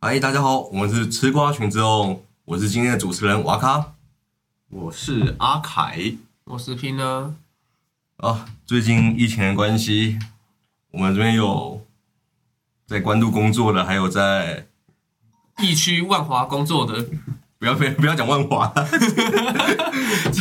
嗨，哎大家好，我们是吃瓜群众，我是今天的主持人瓦卡我是阿凯，我是拼呢，啊。最近疫情的关系，我们这边有在关渡工作的，还有在疫区万华工作的，不要不要不要讲万 华，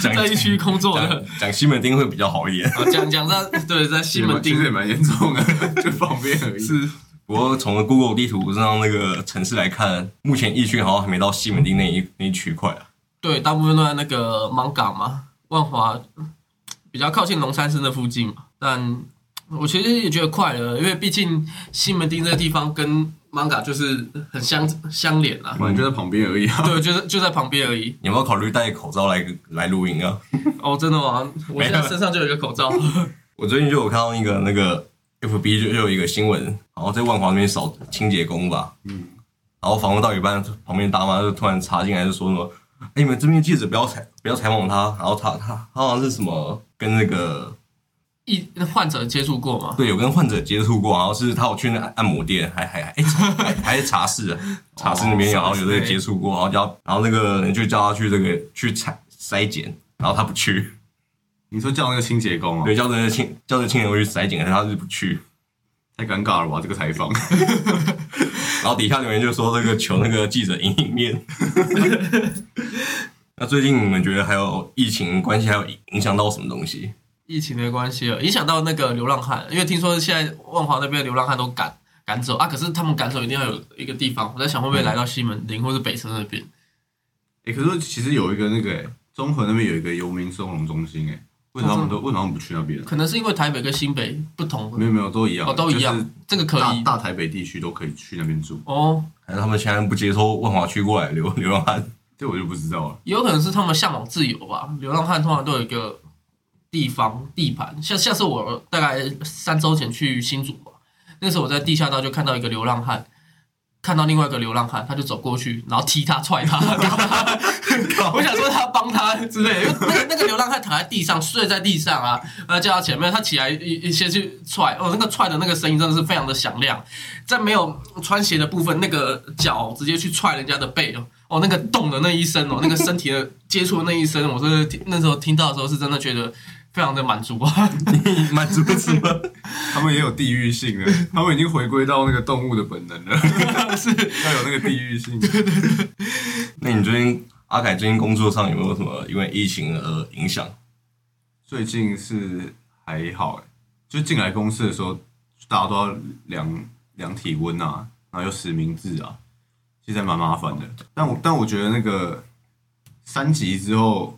讲在疫区工作的讲，讲西门町会比较好一点。啊，讲讲在对，在西门其町实也蛮严重的，就旁边而已。是不过从 Google 地图上那个城市来看，目前疫区好像还没到西门町那一那一区块啊。对，大部分都在那个芒港嘛，万华比较靠近龙山寺那附近嘛。但我其实也觉得快了，因为毕竟西门町这个地方跟芒港就是很相相连啦。反正就在旁边而已啊。对，就在就在旁边而已。你有没有考虑戴口罩来来录音啊？哦，真的吗？我现在身上就有一个口罩。我最近就有看到一个那个 FB 就就有一个新闻，然后在万华那边扫清洁工吧，嗯，然后访问到一半，旁边大妈就突然插进来就说什么：“哎，你们这边记者不要采不要采访他。”然后他他他好像是什么跟那个疫患者接触过吗？对有跟患者接触过，然后是他有去那按摩店，还还还哎还还是茶 室啊，茶室那边有然后有这个接触过，然后叫然后那个人就叫他去这个去采筛检，然后他不去，你说叫那个清洁工啊，对，叫这个清叫这个清洁工去筛检，但他是不去。太尴尬了吧？这个采访， 然后底下留言就说这个求那个记者赢一面。那最近你们觉得还有疫情关系，还有影响到什么东西？疫情的关系了，影响到那个流浪汉，因为听说现在万华那边的流浪汉都赶赶走啊，可是他们赶走一定要有一个地方，我在想会不会来到西门町或是北车那边？哎，可是其实有一个那个诶中和那边有一个游民收容中心，哎，为什么他们都为什么他们不去那边啊？可能是因为台北跟新北不同，没有没有，都一样，哦，都一样，就是这个可大以大台北地区都可以去那边住，哦，还是他们现在不接收万华区过来流流浪汉？这我就不知道了。也有可能是他们向往自由吧。流浪汉通常都有一个地方地盘，像像是我大概三周前去新竹嘛，那时候我在地下道就看到一个流浪汉。看到另外一个流浪汉，他就走过去，然后踢他、踹他、打他，我想说他帮他之类的，因为那个那个流浪汉躺在地上睡在地上啊，然后叫他前面，他起来一一先去踹，哦，那个踹的那个声音真的是非常的响亮，在没有穿鞋的部分，那个脚直接去踹人家的背哦，哦，那个动的那一 声哦，那个身体的接触的那一声，哦我是听那时候听到的时候是真的觉得非常的满足啊， 满足什么？ 他们也有地域性的，他们已经回归到那个动物的本能 了，是要有那个地域性。那你最近阿凯最近工作上有没有什么因为疫情而影响？最近是还好、欸，就进来公司的时候，大家都要量量体温啊，然后又实名制啊，其实还蛮麻烦的。但我但我觉得那个三级之后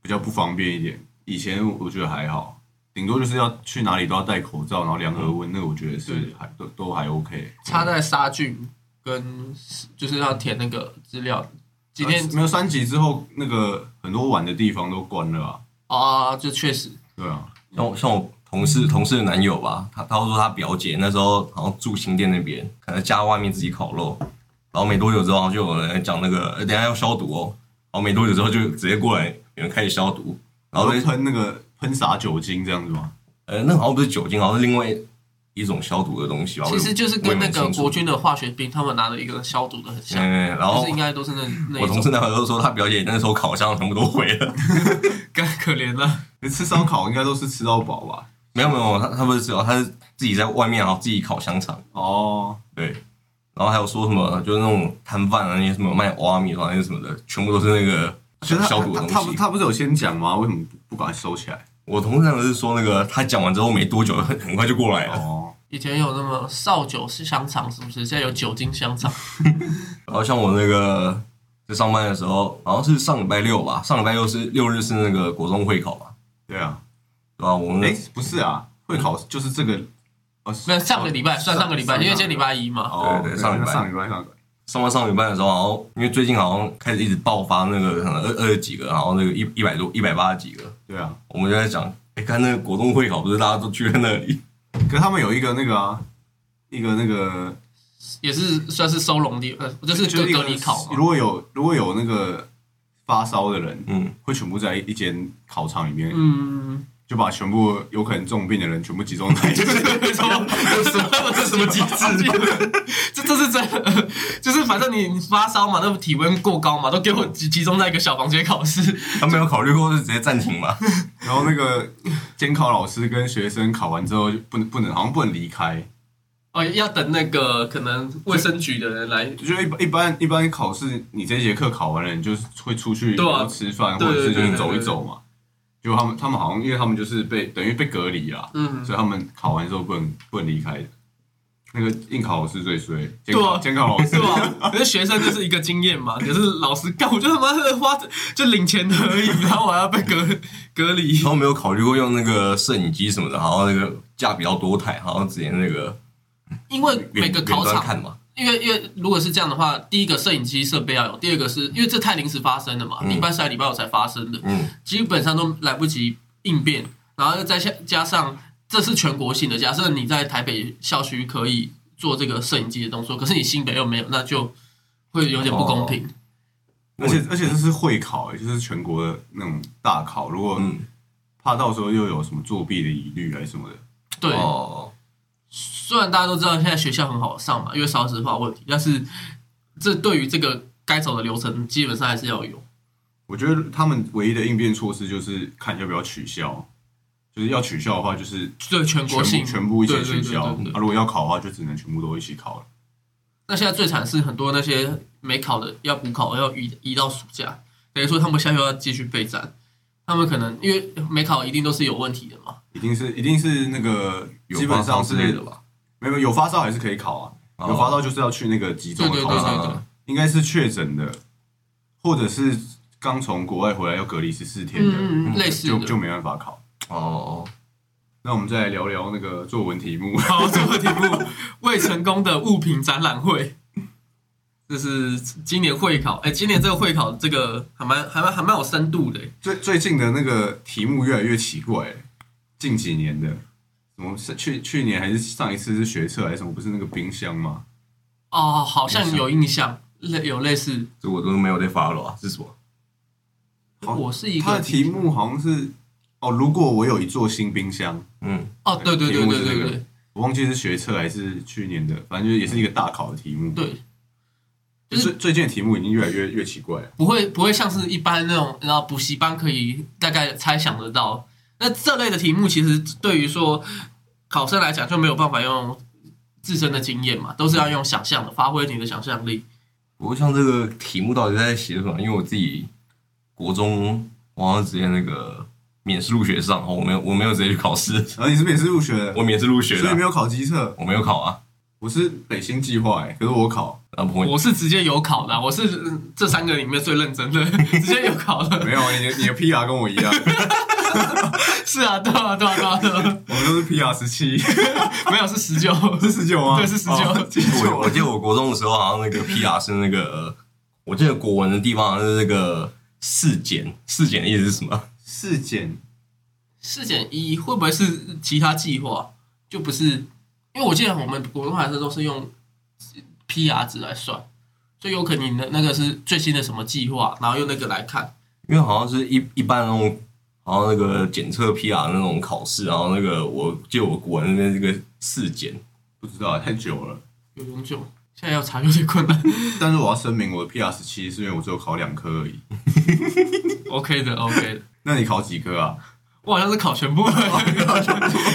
比较不方便一点，以前我觉得还好，顶多就是要去哪里都要戴口罩，然后量额温，那个我觉得是对还都都还 OK。插在杀菌跟就是要填那个资料，今天呃没有三级之后，那个很多玩的地方都关了啊，啊，就确实对啊，像我像我同事嗯同事的男友吧，他他说他表姐那时候好像住新店那边，可能家外面自己烤肉，然后没多久之后就有人讲那个，呃等一下要消毒哦，然后没多久之后就直接过来有人开始消毒，然然后后哦再喷那个喷洒酒精这样子嘛，呃，那好像不是酒精，好像是另外一种消毒的东西吧，其实就是跟那个国军，军的化学兵他们拿的一个消毒的很像，嗯，然就后是应该都是那那我一同种，事那朋友说他表姐那时候烤箱全部都毁了，该可怜啊了，吃烧烤应该都是吃到饱吧。没有没有，他他不是只有他是自己在外面然啊后自己烤香肠。哦，对，然后还有说什么，就是那种摊贩啊，那些什么卖花米啊，那些什么的，全部都是那个其实他消毒的他东他不西。他不是有先讲吗？为什么不不赶快收起来？我同事那个是说，那个他讲完之后没多久，很很快就过来了。哦，以前有那么绍酒是香肠，是不是？现在有酒精香肠，然后像我那个在上班的时候，好像是上礼拜六吧，上礼拜六是六日是那个国中会考吧，对啊，对吧？我们哎，不是啊，会考就是这个，哦，嗯没有上个礼拜算上个礼拜，因为今天礼拜一嘛。哦，对对上上礼拜上礼拜上礼拜，上班上礼拜的时候，然后因为最近好像开始一直爆发那个可能二二十几个，然后那个一一百多一百八十几个，对啊。我们就在讲，哎，看那个国中会考，不是大家都聚在那里， 可是他们有一个那个啊，一个那个也是算是收容的，呃，就是就隔是一隔个离考嘛。如果有如果有那个发烧的人，嗯，会全部在一间考场里面，嗯，就把全部有 可能重病的人全部集中在一起。这什么这什么机制？这这是真的，就是反正你发烧嘛，那体温过高嘛，都给我集集中在一个小房间考试。他没有考虑过是直接暂停嘛？然后那个监考老师跟学生考完之后就不能不能，好像不能离开。哦，要等那个可能卫生局的 人来，就一般一般一般考试，你这节课考完了，你就是会出去对啊然后吃饭，或对者是对对就是对走一对走嘛。就他们他们好像因为他们就是被等于被隔离啦，嗯，所以他们考完之后不能不能离开的。那个应考老师最衰，监对考啊监考老师对吧？可是学生就是一个经验嘛，可是老师干，我就他妈的花就领钱而已，然后我还要被隔隔离然。后没有考虑过用那个摄影机什么的，然后那个架比较多台，然后直接那个因为远每个考远端场看嘛。因为因为如果是这样的话，第一个摄影机设备要有，第二个是因为这太临时发生的嘛，嗯礼拜三、礼拜五才发生的，嗯，基本上都来不及应变，然后又再加加上这是全国性的，假设你在台北校区可以做这个摄影机的动作，可是你新北又没有，那就会有点不公哦平。而且而且这是会考、欸，就是全国的那种大考，如果嗯怕到时候又有什么作弊的疑虑还是什么的，对，哦，虽然大家都知道现在学校很好上嘛，因为少子化问题，但是这对于这个该走的流程，基本上还是要有。我觉得他们唯一的应变措施就是看要不要取消，就是要取消的话就是对全全国性部全部一起取消，对对对对对啊，如果要考的话就只能全部都一起考了。那现在最惨是很多那些没考的要补考，要移移到暑假，等于说他们下学期要继续备战。他们可能因为没考一定都是有问题的嘛，一定是一定是那个有基本发烧上之是类的吧？没有有发烧还是可以考啊，哦有发烧就是要去那个集中的对对考对场，对对啊应该是确诊的，或者是刚从国外回来要隔离十四天的，嗯，类似就就的。没办法考。哦，那我们再来聊聊那个作文题目，好，这个题目未成功的物品展览会，这是今年会考，哎、今年这个会考这个还蛮还蛮还蛮有深度的、最最近的那个题目越来越奇怪、近几年的，什么是去去年还是上一次是学测还是什么？不是那个冰箱吗？哦，好像有印象，类有类似。这我都没有在发了啊，是什么？好我是一个它的题目好像是哦，如果我有一座新冰箱，嗯，哦，对对对对对对我忘记是学测还是去年的，反正就是也是一个大考的题目。对，就最是最近的题目已经越来越越奇怪了。不会不会像是一般那种，然后补习班可以大概猜想得到。那这类的题目，其实对于说考生来讲，就没有办法用自身的经验嘛，都是要用想象的，发挥你的想象力。不过像这个题目到底在写什么？因为我自己国中我好像直接那个免试入学上，哦我没有我没有直接去考试，然后你是不是也是入学了？我免试入啊学所以没的，有考机测。我没有考啊。我是北新计划哎，可是我考那不会，我是直接有考的啊、我是呃这三个里面最认真的，直接有考的。 没有啊，你的你的 PR 跟我一样，是啊，对啊，对啊，对啊，对啊，我们都是 PR 十七，没有是十九，是十九吗？对是19哦记我错我了记得我国中的时候好像那个 PR 是那个，呃我记得国文的地方好像是那个四检，四检的意思是什么？四减四减一会不会是其他计划？就不是，因为我记得我们国文还是都是用 PR 值来算，所以有可能你的那个是最新的什么计划，然后用那个来看。因为好像是一一般那种，好像那个检测 PR 那种考试，然后那个我记得我国文那边这个四检，不知道太久了。有永久，现在要查有点困难。 但是我要声明，我的 PR 十七是因为我只有考两科而已。 OK 的，OK 的。那你考几科啊？我好像是考全部，你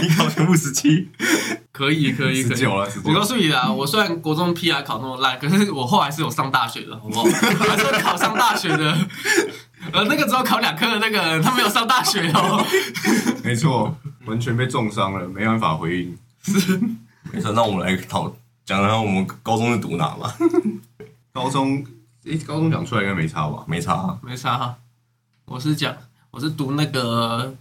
考全部十七， 可以，可以，十可以。九了，十九我告。诉你啦，我虽然国中 PR 考那么烂，可是我后来是有上大学的，好 不好？我还是有考上大学的。呃，那个只有考两科的那个人，他没有上大学哦。没错，完全被重伤了，没办法回应。没事，那我们来讨讲讲我们高中是读哪嘛？高中，诶，高中讲出来应该没差吧？没差啊、没啥哈，我是讲我是读那个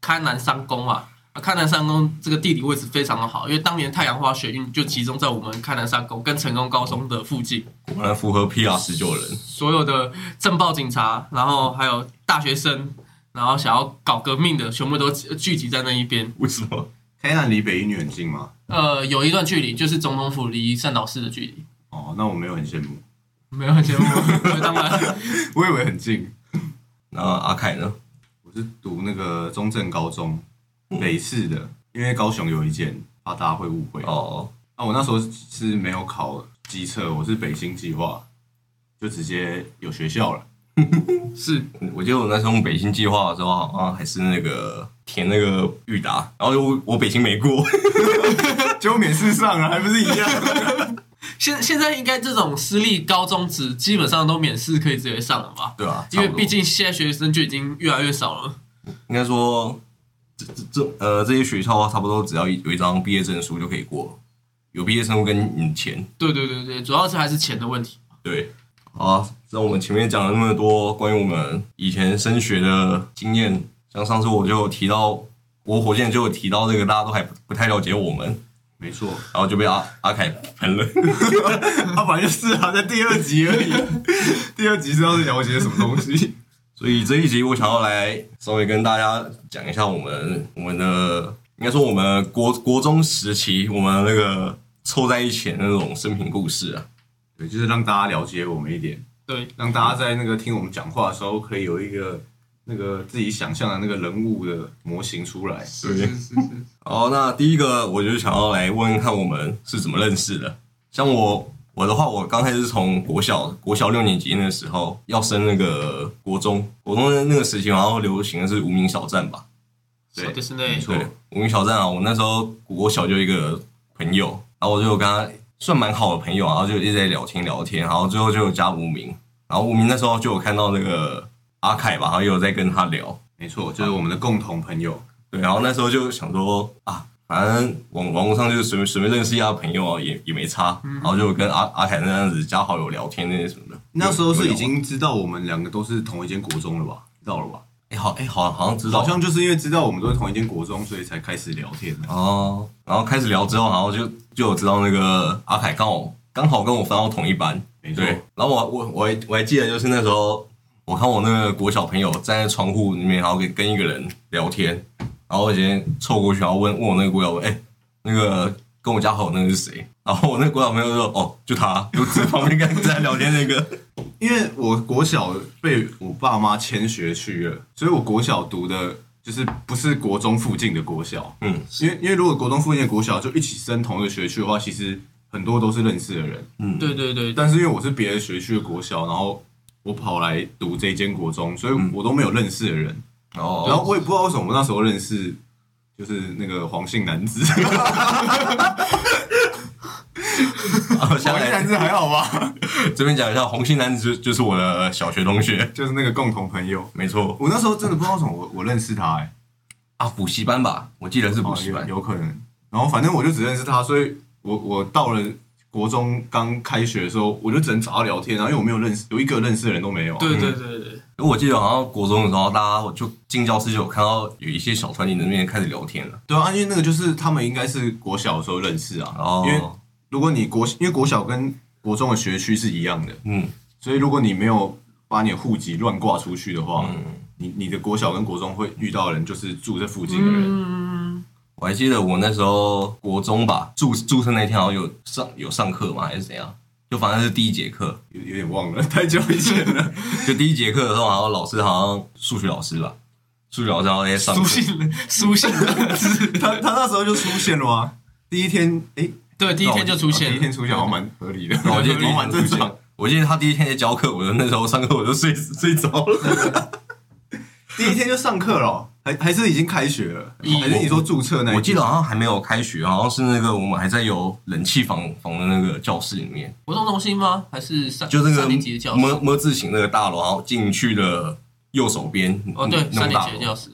开南三公嘛，啊开南三公这个地理位置非常的好，因为当年太阳花学运就集中在我们开南三公跟成功高中的附近，果然符合 PR 十九人，所有的政报警察，然后还有大学生，然后想要搞革命的，全部都聚聚集在那一边。为什么？台南离北医女很近吗？呃，有一段距离就是总统府离圣岛市的距离，哦，那我没有很羡慕，没有节目，当然我以为很近。那阿凯呢？我是读那个中正高中，北市的，因为高雄有一间，怕大家会误会。哦，啊，我那时候是没有考机测，我是北新计划，就直接有学校了。 是我记得我那时候北京计划的时候，好像还是那个填那个裕达，然后我我北京没过， 结果免试上了，还不是一样？现现在应该这种私立高中职基本上都免试可以直接上了吧？对啊，因为差不多毕竟现在学生就已经越来越少了。应该说这这这呃这些学校差不多只要一有一张毕业证书就可以过，有毕业证书跟你的钱，对对对对，主要是还是钱的问题。对，好啊，那我们前面讲了那么多关于我们以前升学的经验，像上次我就有提到，我火箭就有提到这个，大家都还不不太了解我们，没错，然后就被阿阿凯 喷了。 他本来就是啊，在第二集而已。第二集知道是了解什么东西？ 所以这一集我想要来稍微跟大家讲一下我们我们的，应该说我们国国中时期我们那个凑在一起的那种生平故事啊。对，就是让大家了解我们一点，对，让大家在那个听我们讲话的时候，可以有一个那个自己想象的那个人物的模型出来。是是是是， 好，那第一个我就想要来问问看我们是怎么认识的。像我我的话，我刚开始是从国小国小六年级那时候要升那个国中，国中的那个时期好像流行的是无名小站吧？对小就是那没错对，，无名小站啊，我那时候国小就有一个朋友，然后我就有跟他算蛮好的朋友啊，然后就一直在聊天聊天，然后最后就有加无名，然后无名那时候就有看到那个阿凯吧，然后也有在跟他聊，没错，就是我们的共同朋友。对，然后那时候就想说啊，反正网网络上就是随便随便认识一下朋友啊，也也没差，然后就跟阿阿凯那样子加好友聊天那些什么的。那时候是已有有聊经知道我们两个都是同一间国中了吧？知道了吧？哎、好哎、好好像知道好像就是因为知道我们都是同一间国中，所以才开始聊天的。哦，然后开始聊之后，然后就就有知道那个阿凯刚好刚好跟我分到同一班，没错对，然后我我我还我还记得就是那时候，我看我那个国小朋友站在窗户里面，然后跟跟一个人聊天，然后我先凑过去，然后问问我那个国小朋友，哎、那个跟我家好友那个是谁？然后我那个国小朋友就说，哦，就他，就在旁边跟在聊天那个， 因为我国小被我爸妈迁学去了，所以我国小读的就是不是国中附近的国小。嗯，因为因为如果国中附近的国小就一起升同一个学区的话，其实很多都是认识的人。对对对，但是因为我是别的学区的国小，然后我跑来读这间国中，所以我都没有认识的人。然哦，后我也不知道为什么我那时候认识，就是那个黄姓男子。然后下 黄姓来男子还好吧？ 这边讲一下，红姓男子就就是我的小学同学， 就是那个共同朋友。没错，我那时候真的不知道为什么我我认识他、哎，啊，补习班吧，我记得是补习班哦有，有可能。然后反正我就只认识他，所以我我到了国中刚开学的时候，我就只能找他聊天，然后啊因为我没有认识，有一个认识的人都没有、啊。对对对对，因为我记得好像国中的时候，大家我就进教室就有看到有一些小团体那边开始聊天了。对啊，因为那个就是他们应该是国小的时候认识啊，哦因为如果你国因为国小跟国中的学区是一样的，嗯，所以如果你没有把你的户籍乱挂出去的话，嗯你你的国小跟国中会遇到的人就是住这附近的人。嗯，我还记得我那时候国中吧，注注册那天好像有上有上课嘛，还是怎样？就反正是第一节课，有有点忘了， 太久以前了。就第一节课的时候，好像老师好像数学老师吧，数学老师好像在上课书，信人书信人他他那时候就出现了吗？第一天，哎、对，第一天就出哦第现一了天，出现好像蛮合理的，然后我 记得第一好像蛮正天常。。我记得他第一天在教课，我就那时候上课我就睡睡着了。第一天就上课了哦、还还是已经开学了，还是你说注册那一天？我记得好像还没有开学，好像是那个我们还在有冷气房房的那个教室里面。活动中心吗？还是三就那个三年级的教室？么么字形那个大楼，然后进去的右手边，哦，那对，那栋三年大级的楼，教室，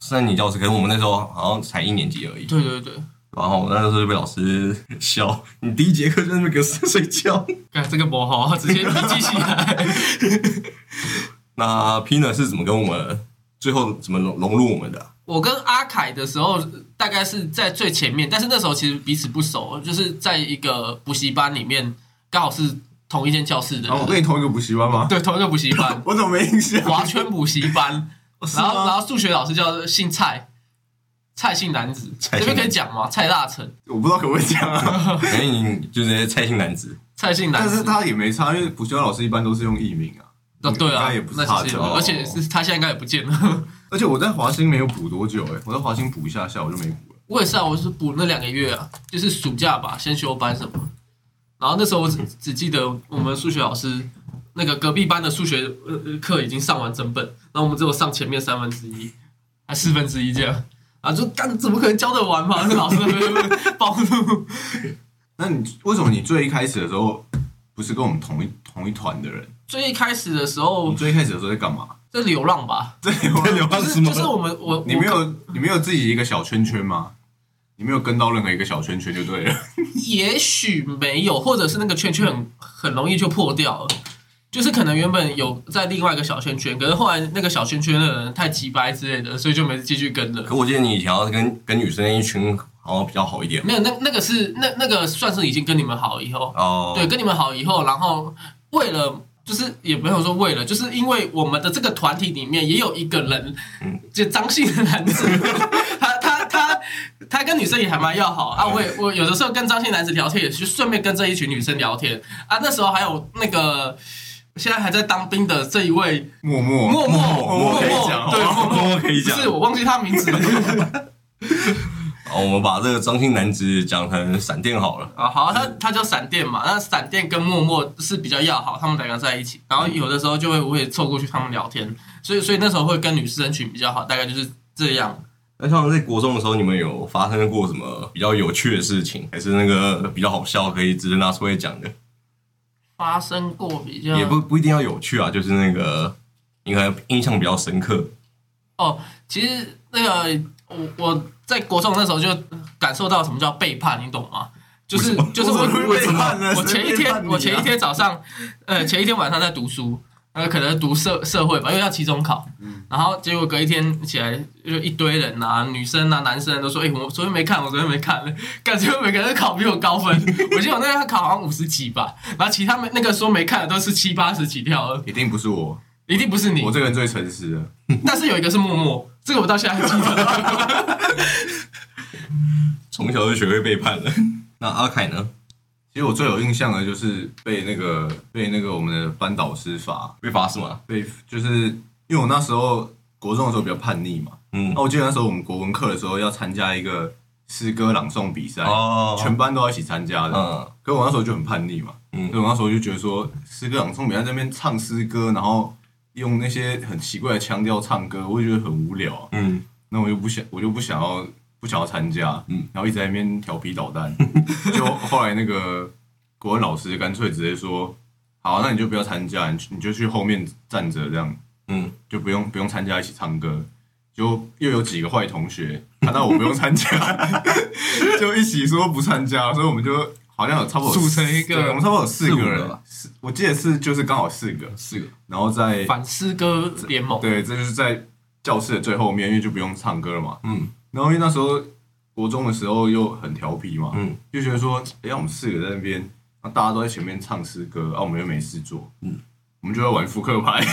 三年级教室。可是我们那时候好像才一年级而已，对对对，然后我那时候就被老师笑， 你第一节课就在那边给我睡觉。 看这个不好，直接笔记起来。那 Pina 是怎么跟我们最后怎么融融入我们的？我跟阿凯的时候，大概是在最前面，但是那时候其实彼此不熟，就是在一个补习班里面，刚好是同一间教室的啊，我人，跟你同一个补习班 吗？，对，同一个补习班我怎么没印象？华圈补习班，哦是然吗后然后数学老师叫姓蔡，蔡姓男子，蔡这姓边可男以子讲吗？蔡大成，我不知道可不可以讲 啊。反正你就是那些蔡姓男子，蔡姓男但是子，他也没差，因为补习班老师一般都是用艺名啊。哦对应啊该也不，是那他其实也的没有哦而且是他现在应该也不见了。 而且我在华兴没有补多久、欸，我在华兴补一下下我就没补了。我也是啊，我是补那两个月啊，就是暑假吧，先修班什么，然后那时候我只只记得我们数学老师那个隔壁班的数学呃呃课已经上完整本，然后我们只有上前面三分之一，还四分之一这样。啊，就干怎么可能教得完嘛？那老师会不会 暴怒。那你为什么你最一开始的时候不是跟我们同一同一团的人？最一开始的时候你最一开始的时候在干嘛？ 在流浪吧，对，我流浪就是什么就是我们我你没有你没有自己一个小圈圈吗？你没有跟到任何一个小圈圈就对了。 也许没有，或者是那个圈圈很很容易就破掉了。就是可能原本有在另外一个小圈圈，可是后来那个小圈圈的人太急掰之类的，所以就没继续跟了。可我记得你以前好像跟跟女生那一群好像比较好一点没有，那那个是那那个算是已经跟你们好以后，哦。对，，跟你们好以后，然后为了就是也没有说为了，就是因为我们的这个团体里面也有一个人，就张姓的男子，他他他他跟女生也还蛮要好啊。我也我有的时候跟张姓男子聊天，也是顺便跟这一群女生聊天啊。那时候还有那个。现在还在当兵的这一位默默默默默默可以默讲，对默好吧默默哦可以讲哦不是我忘记他名字了好，哦我们把这个张姓男子讲成闪电好了。啊。好，嗯他他叫闪电嘛，那闪电跟默默是比较要好，他们两个在一起，然后有的时候就会我也凑过去他们聊天，所以所以那时候会跟女生群比较好，大概就是这样。那像在国中的时候，你们有发生过什么比较有趣的事情，还是那个比较好笑，可以直接拿出来讲的？发生过比较也不不一定要有趣啊，就是那个你可能印象比较深刻。哦，其实那个我我在国中那时候就感受到什么叫背叛，你懂吗？就是就是我为什么我为什么我前一谁背天叛你啊我前一天早上，呃前一天晚上在读书，呃可能读社社会吧，因为要期中考，嗯然后结果隔一天起来就一堆人啊，女生啊男生都说，哎、我昨天没看，我昨天没看，感觉每个人考比我高分，我记得我那天考好像五十几吧，然后其他没那个说没看的都是七八十几跳了，一定不是我，一定不是你我，这个人最诚实了。但是有一个是默默，这个我到现在还记得。从小就学会背叛了。 那阿凯呢？其实我最有印象的就是被那个被那个我们的班导师罚，被罚什么？被就是因为我那时候国中的时候比较叛逆嘛，嗯那、，我记得那时候我们国文课的时候要参加一个诗歌朗诵比赛，哦全班都要一起参加的。嗯可我那时候就很叛逆嘛，嗯所以我那时候就觉得说，诗歌朗诵比赛在那边唱诗歌，然后用那些很奇怪的腔调唱歌，我就觉得很无聊啊、嗯，那我就不想，我就不想要不想要参加，嗯然后一直在那边调皮捣 蛋，就后来那个国文老师干脆直接说，好，啊那你就不要参加，你你就去后面站着这样，嗯，就不用不用参加一起唱歌，就又有几个坏同学看到我不用参加， 就一起说不参加，所以我们就好像有差不多有组成一个对我们差不多有四四五个个人吧，四我记得是就是刚好四个，四个。然后在反诗歌联盟，对，这就是在教室的最后面，因为就不用唱歌了嘛。嗯然后因为那时候国中的时候又很调皮嘛，嗯就觉得说，哎、我们四个在那边，那大家都在前面唱诗歌，啊，我们又没事做，嗯我们就在玩扑克牌。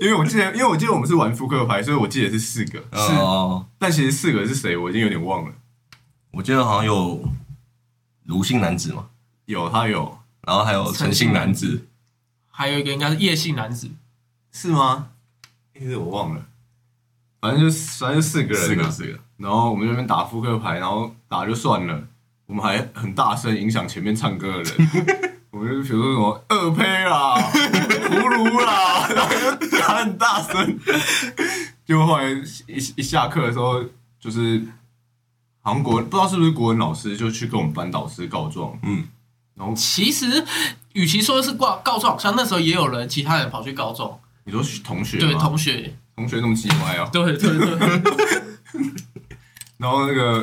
因为我记得，因为我记得我们是玩扑克牌，所以我记得是四个，是，哦，但其实四个是谁我已经有点忘了。我记得好像有卢姓男子嘛，有他有然后还有陈姓男子，还有一个应该是叶姓男子，是吗？其实我忘了，反正就反正就四个人、啊，四个四个。然后我们就在那边打扑克牌，然后打就算了，我们还很大声影响前面唱歌的人。 我们就比如说什么二胚啦、葫芦啦，然后就打很大声。结果后来一一下课的时候，就是好像国文不知道是不是国文老师就去跟我们班导师告状，嗯，然后其实与其说是告告状，像那时候也有人其他人跑去告状，你说是同学对吗同学，同学那么奇怪啊，对对对， 然后那个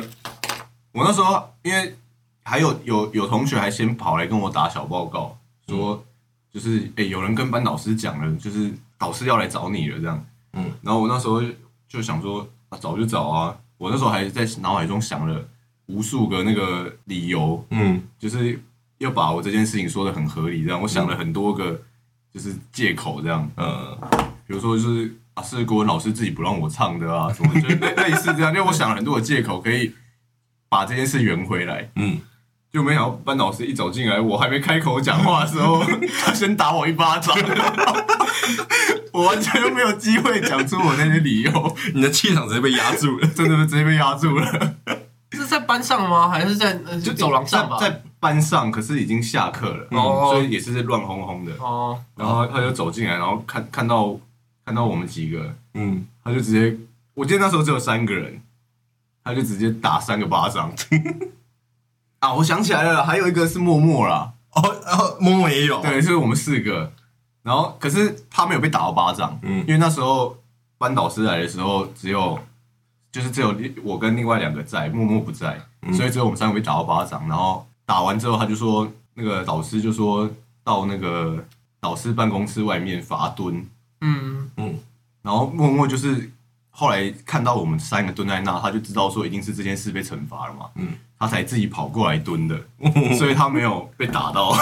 我那时候因为还有有有同学还先跑来跟我打小报告，说就是诶、有人跟班导师讲了，就是导师要来找你了这样。嗯，然后我那时候就想说啊找就找啊，我那时候还在脑海中想了无数个那个理由，嗯，就是要把我这件事情说的很合理这样，我想了很多个就是借口这样。呃，比如说就是啊，是国文老师自己不让我唱的啊，什么就是 类类似这样。因为我想了很多的借口可以把这件事圆回来，嗯，就没想到班导师一走进来，我还没开口讲话的时 候，他先打我一巴掌，我完全没有机会讲出我那些理由，你的气场直接被压住了。真的直接被压住了。是在班上吗？还是在、呃、就走廊上吧？在在班上，可是已经下课了，哦所以也是乱哄哄的。哦，然后他就走进来，然后看看到看到我们几个， 嗯，他就直接，我记得那时候只有三个人，他就直接打三个巴掌。 啊，我想起来了，还有一个是默默啦，哦，然后默默也有，对，是我们四个。然后可是他没有被打到巴掌，嗯因为那时候班导师来的时候，只有就是只有我跟另外两个在，默默不在，所以只有我们三个被打到巴掌。然后打完之后，他就说那个导师就说到那个导师办公室外面罚蹲，嗯，然后默默就是后来看到我们三个蹲在那，他就知道说一定是这件事被惩罚了嘛，嗯他才自己跑过来蹲的，哦 所以他没有被打到。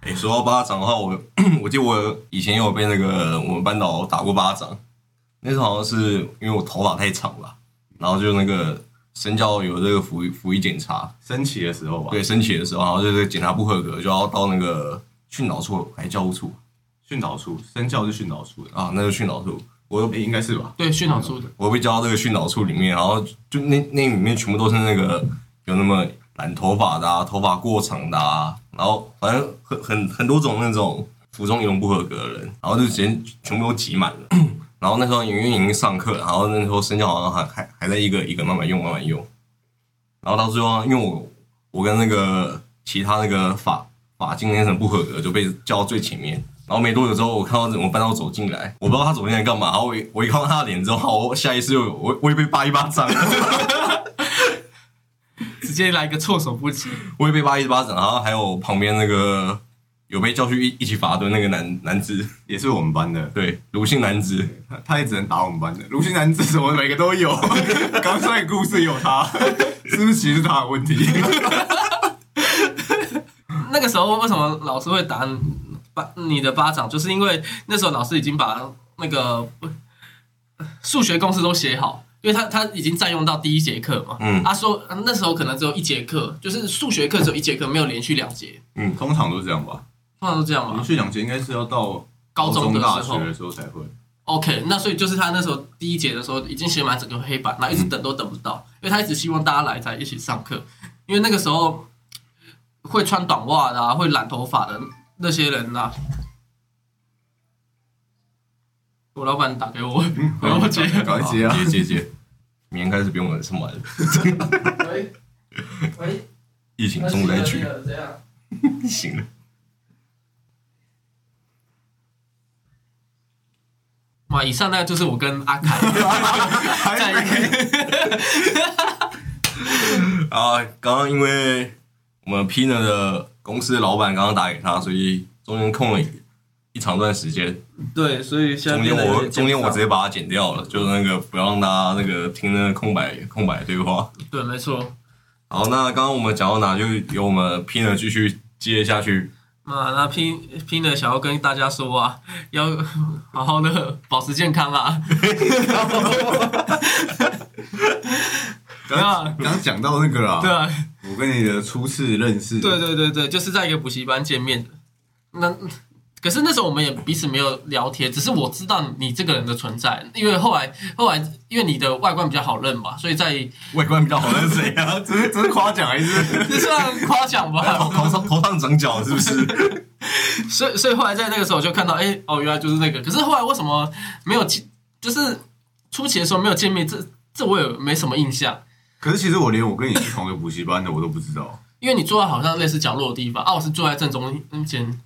哎、说到巴掌的话，我 我记得我以前有被那个我们班导打过巴掌，那时候好像是因为我头发太长了，然后就那个身教有这个服役服役检查，升旗的时候吧，对升旗的时候，然后就是检查不合格，就要到那个训导处还是教务处训导处，身教是训导处的，啊，那就训导处，我诶应该是吧？对，训导处的，我被叫到这个训导处里面，然后就那那里面全部都是那个有那么染头发的、啊，头发过长的、啊，然后反正很很很多种那种服装仪容不合格的人，然后就直接全部都挤满了。然后那时候因为已经上课了，然后那时候身教好像还还还在一个一个慢慢用慢慢用，然后到最后因为我我跟那个其他那个法法经那层不合格，就被叫到最前面。然后没多久之后，我看到我们班长走进来，我不知道他走进来干嘛。然后我一我一看到他的脸之后，我下意识就我我也被扒一巴掌， 直接来个措手不及。 我也被扒一巴掌。然后还有旁边那个有被叫去一一起罚蹲那个男男子，也是我们班的，对，鲁姓男子，他他也只能打我们班的。卢俊南这什么每个都有， 刚才故事有他，是不是其实是他的问题？ 那个时候为什么老师会打你巴你的巴掌？就是因为那时候老师已经把那个数学公式都写好，因为他他已经占用到第一节课嘛。嗯他说呃那时候可能只有一节课，就是数学课只有一节课，没有连续两节，通常都是这样吧，通常都这样连嘛。续两节应该是要到高中的大时学候的时候才 会。 ，OK，那所以就是他那时候第一节的时候已经写满整个黑板，然后一直等都等不到，因为他一直希望大家来才一起上课，因为那个时候会穿短袜的、啊，会染头发的那些人啊。我老板打给 我，我要接。搞一节啊好！接接接，明天开始不用上班了，喂喂，疫情重灾 区，怎样？行了。哇，以上呢就是我跟阿凯在一个 啊，刚刚因为我们 Pina 的公司老板刚刚打给他，所以中间空了一一长段时间。 对，所以现在中间变得有我点中间我紧直接把它剪掉了，就是那个不要让大家那个听那个空白空白对 话。张对，没错。好，那刚刚我们讲到哪，就由我们 Pina 继续接下去。那啊那拼拼的想要跟大家说啊， 要好好的 保持健康啊。 对啊，刚讲到那个啦，对啊，我跟你的初次认识，对对对对，就是在一个补习班见面的。那可是那时候我们也彼此没有聊天，只是我知道你这个人的存在，因为后来后来因为你的外观比较好认嘛，所以在 外观比较好认识谁啊？啊，只是只是夸奖还是？这算夸奖吧头。 头上头上长角是不是？所以所以后来在那个时候我就看到，哎、哦，原来就是那个。可是后来为什么没有见？就是初期的时候没有见面，这这我也没什么印象，可是其实我连我跟你是同一个补习班的我都不知道。因为你坐在好像类似角落的地方，啊，我是坐在正中间。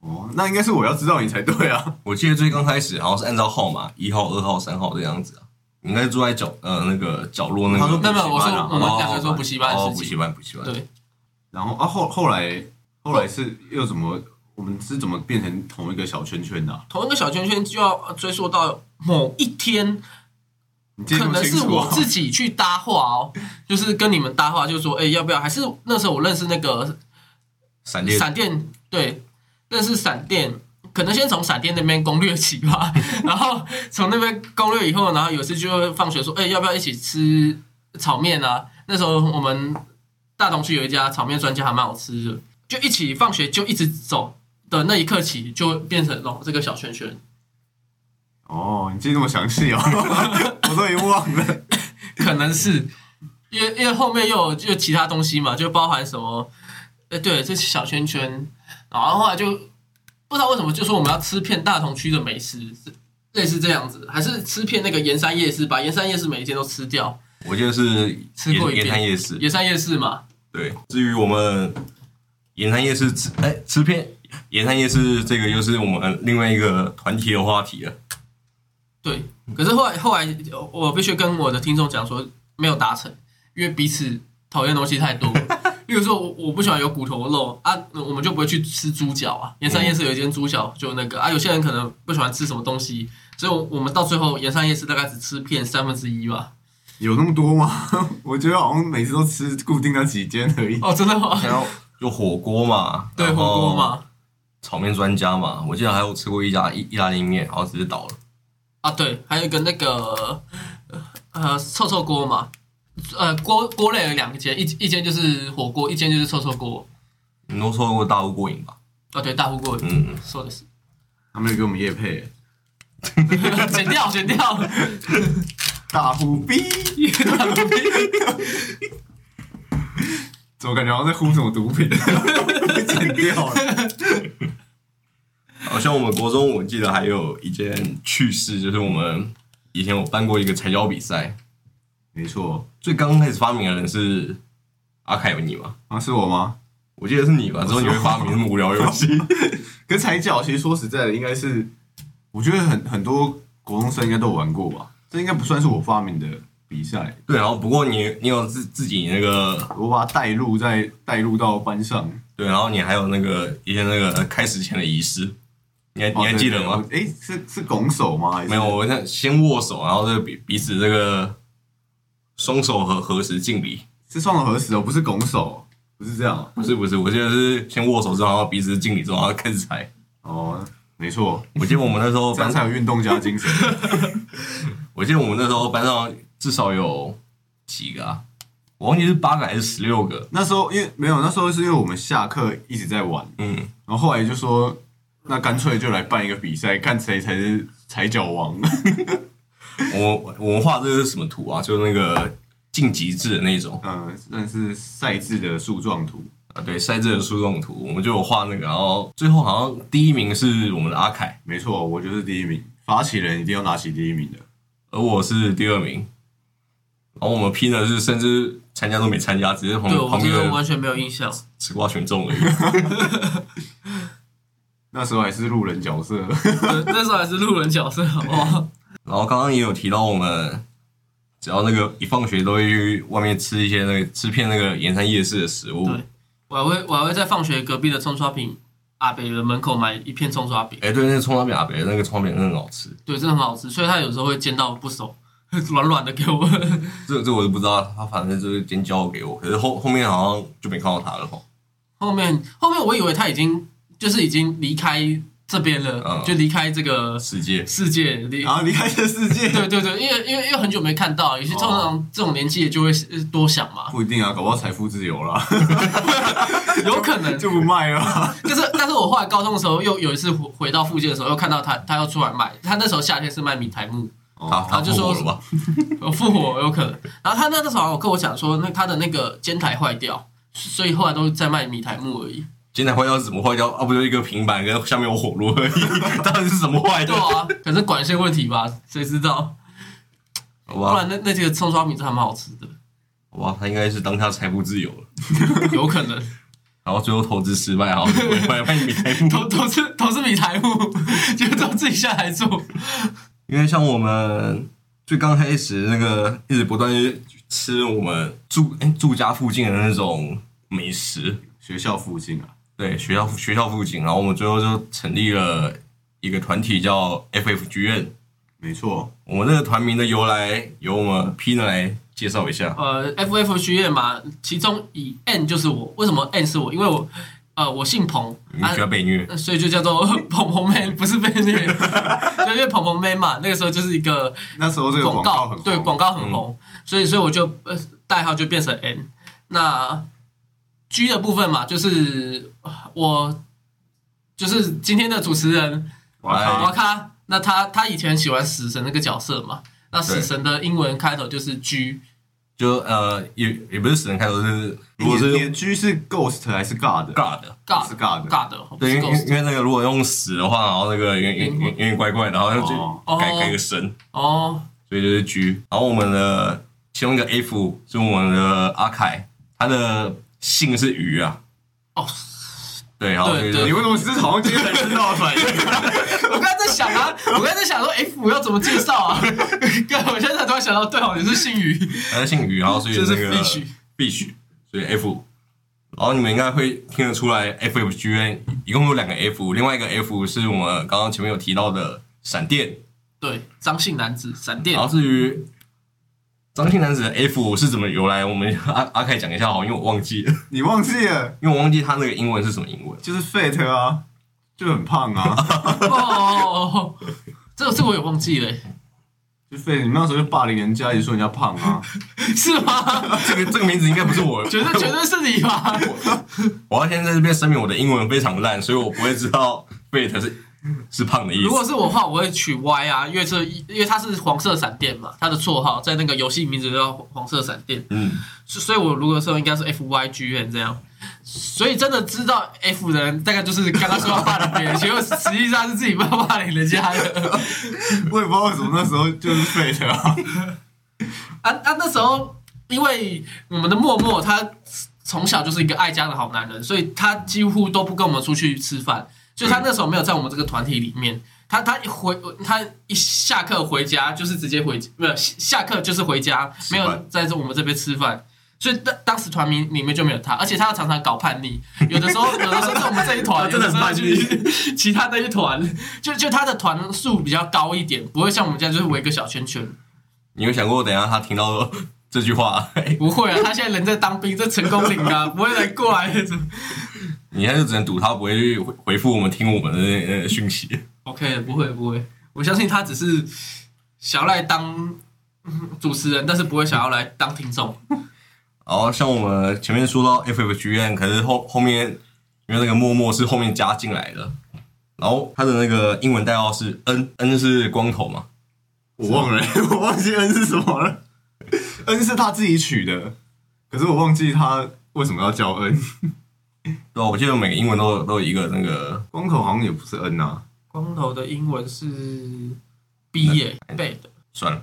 哦，那应该是我要知道你才对啊。我记得最刚开始好像是按照号码，一号、二号、三号这样子啊。你应该住在角呃那个角落那个。他说没有没有，我补说习班啊我们两个说补习班哦，的补事习情。班，补习班。对，然后啊后后来后来是又怎么？我们是怎么变成同一个小圈圈的啊、同一个小圈圈就要追溯到某一天，你记得可那么能清是楚我啊？自己去搭话哦，就是跟你们搭话，就说哎、要不要？还是那时候我认识那个闪电闪电对，但是闪电可能先从闪电那边攻略起 吧，然后从那边攻略以后，然后有一次就会放学说，哎、要不要一起吃炒面啊？那时候我们大同区有一家炒面专家还蛮好吃的，就一起放学就一直走的那一刻起，就变成哦这个小圈圈，啊 哦，你记得那么详细哦，我都已经忘了。可能是因为因为后面又有就有其他东西嘛，就包含什么，呃，对，这是小圈圈，然后后来就不知道为什么就说我们要吃遍大同区的美食，是类似这样子，还是吃遍那个盐山夜市，把盐山夜市每一间都吃掉，我记得是吃过一遍盐滩夜市，盐山夜市嘛，对。至于我们盐滩夜市吃，哎、吃遍盐滩夜市这个又是我们另外一个团体的话题了。对，可是后来后来我必须跟我的听众讲说没有达成，因为彼此讨厌的东西太多。例如说我我不喜欢有骨头肉啊，我们就不会去吃猪脚啊。盐山夜市有一间猪脚，就那个啊，有些人可能不喜欢吃什么东西，所以我我们到最后盐山夜市大概只吃遍三分之一吧。有那么多吗？ 我觉得好像每次都吃固定那几间而已。哦，真的吗？然后有火锅嘛， 对，然火后锅嘛，炒面专家嘛，我记得还有吃过一家意意大利面，然后只是倒了。啊对，还有一个那个呃臭臭锅嘛，呃锅锅类有两间，一一间就是火锅，一间就是臭臭锅。你都错过大陆过瘾吧？啊对，大户锅，嗯，说的是。他们有给我们夜配耶， 剪掉，剪掉。大虎逼，怎么感觉好像在呼什么毒品？ 被剪掉了。好像我们国中，我记得还有一件趣事，就是我们以前我办过一个才交比赛，没错，最刚开始发明的人是阿凯有你吗？啊，是我吗？我记得是你吧？之后你会发明那么无聊的游戏， 可是踩脚其实说实在的，应该是我觉得很很多国中生应该都有玩过吧。这应该不算是我发明的比赛，对。然后不过你你有自自己那个我把它带入在带入到班上。对，然后你还有那个一些那个开始前的仪式，你还你还记得吗？哎、诶是是拱手吗？还是没有，我想先握手，然后这个彼彼此这个双手合合十敬礼。是双手合十哦，不是拱手，不是这样哦不是不是，我记得是先握手之后，然后彼此敬礼之后，然后开始踩。哦，没错，我记得我们那时 候这班样才上，有运动家 精神。我记得我们那时候班上至少有几个啊，我忘记是八个还是十六个。那时候因为没有，那时候是因为我们下课一直在玩，嗯，然后后来就说，那干脆就来办一个比赛，看谁才是踩脚王。 我我们画这是什么图啊？就是那个晋级制的那种嗯，那是赛制的树状图。啊，对，赛制的树状图，我们就有画那个，然后最后好像第一名是我们的阿凯，没错，我就是第一名，发起人一定要拿起第一名的。而我是第二名。然后我们拼的是，甚至参加都没参加，只是旁对，我旁真边的的完全没有印象。吃瓜群众而已。那时候还是路人角色， 对那时候还是路人角色，好不好？然后刚刚也有提到，我们只要那个一放学都会去外面吃一些那个吃遍那个盐山夜市的食物。对我还会我还会在放学隔壁的葱刷饼阿北的门口买一片葱刷饼，哎，对，那个葱花饼阿伯那个葱花饼真的很好吃，对，真的很好吃。所以他有时候会煎到不熟， 软软的给我。这这我就不知道，他反正就是先交给我，可是后后面好像就没看到他了吼。后面后面我以为他已经就是已经离开这边了，嗯就离开这个世界，世界，离然后离开这世界。对对对，因为因为因为很久没看到，有些通常这种年纪就会呃多想嘛， 不一定啊，搞不好财富自由啦，有可能 就不卖了。但是，但是我后来高中的时候，又有一次回回到附近的时候，又看到他，他要出来卖。他那时候夏天是卖米苔木，他他哦他就复活说了吧？呃复活有可能。然后他那那时候好像有跟我讲说，那他的那个尖台坏掉，所以后来都在卖米苔木而已。今天坏掉是怎么坏掉？啊，不就一个平板跟下面有火炉而已， 到底是怎么坏的对？啊，可是管线问题吧，谁知道？ 好不吧，然那那几个葱烧米是还蛮好吃的，好吧，他应该是当下财富自由了，有可 能然后最后投资失败，好，卖卖米台木。投投资投资米苔木， 就都自己下来做。因为像我们最刚开始那个一直不断地去吃我们住哎、住家附近的那种美食，学校附近啊，对学校学校附近，然后我们最后就成立了一个团体叫 FFG 院。没错，我们这个团名的由来由我们 Pina 来介绍一下。呃，F F 学院嘛，其中以 N 就是我，为什么 N 是我？因为我呃我姓彭，你啊喜欢被虐，呃所以就叫做捧捧妹，不是被那 个，对，因为捧捧妹嘛，那个时候就是一个那时候这个广广告告，很对，红嗯广告很红，所以所以我就呃代号就变成 N。那 G 的部分嘛，就是呃我就是今天的主持人哇哎瓦靠，卡，那他他以前喜欢死神那个角色嘛，那死神的英文开头就是 G。就呃也也不是死人开头，就是如你果的你是的 G 是 Ghost 还是 God？尬的，尬是尬的尬的，对，因为因为 ghost 因为那个如果用死的话，然后那个有点有点有点怪怪的，然后就哦改改个神，哦，所以就是 G。然后我们的其中一个 F 是我们的阿凯，他的姓是鱼啊。哦，对，然后对就是你为什么只是好像今天才知道 的反应？我刚才在想啊，我刚才在想说 F 要怎么介绍啊？ 干我现在才突然想到，对哦，你是姓于，他姓于，然后所以就那是个 fish 必须，所以 F。然后你们应该会听得出来，F F G N 一共有两个 F，另外一个 F 是我们刚刚前面有提到的闪电。对，张姓男子闪电哦然，后至于张姓男子的 F 是怎么由来，我们阿阿凯讲一下好，因为我忘记了， 你忘记了，因为我忘记他那个英文是什么英文。就是 Fate 啊，就很胖啊， 哦，这个这个我也忘记了，就 Fate。你那时候就霸凌人家，也说人家胖啊， 是吗？这个这个名字应该不是我，绝对绝对是你吧？我要先在这边声明，我的英文非常烂，所以我不会知道 fat 是是胖的意思。如果是我的话，我会取 Y 啊，因为这因为它是黄色闪电嘛，它的绰号在那个游戏名字叫黄色闪电，嗯，所所以，我如果说应该是 F Y G N 这样。所以，真的知道 F 的人，大概就是刚刚说要霸凌别人，结果实际上是自己被霸凌人家的。我也不知道为什么那时候就是 Fate 啊。啊啊！那时候因为我们的默默他从小就是一个爱家的好男人，所以他几乎都不跟我们出去吃饭，所以他那时候没有在我们这个团体里面。他他一回他一下课回家就是直接回，没有下下课就是回家，吃没饭有在这我们这边吃饭。所以当当时团名里面就没有他，而且他常常搞叛逆，有的时候 有的时候在我们这一团，真的很叛逆有的时候去 其他那一团，就就他的团数比较高一点，不会像我们这样就是围一个小圈圈。你有想过，等一下他听到这句话，不会啊，他现在人在当兵，在成功岭啊， 不会来过来。你现在就只能赌他不会去回回复我们听我们的那呃讯息。 OK，不会不会，我相信他只是想要来当嗯主持人，但是不会想要来当听众。然后像我们前面说到 FFGN，可是后后面因为那个默默是后面加进来的，然后他的那个英文代号是 N，N 是光头嘛，我忘了，啊 我忘记 N 是什么了。N 是他自己取的，可是我忘记他为什么要叫 N。对吧？我记得每个英文都有都有一个那个光头好像也不是 N 啊，光头的英文是毕业背的，算了，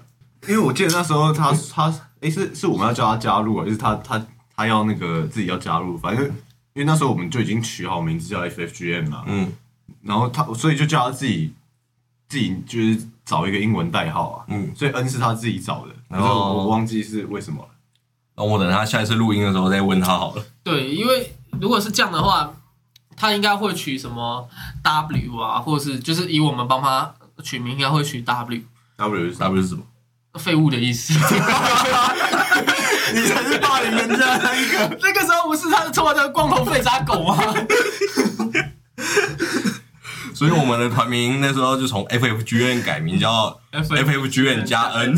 因为我记得那时 候他他诶，是是我们要叫他加入啊，就是他他他要那个自己要加入，反正因为那时候我们就已经取好名字叫 FFGM 了，嗯，然后他所以就叫他自己自己就是找一个英文代号啊，嗯，所以 N 是他自己找的，然后哦我忘记是为什么了。那我等他下一次录音的时候再问他好了。对，因为如果是这样的话，他应该会取什么 W 啊，或者是就是以我们帮他取名，应该会取 W， W 是 W 是什么？废物的意思。 你才是霸凌人家那一个，那个时候不是他的绰号叫光头废渣狗吗？所以我们的团名那时候就从 FFGN 改名叫 FFGN 加 N，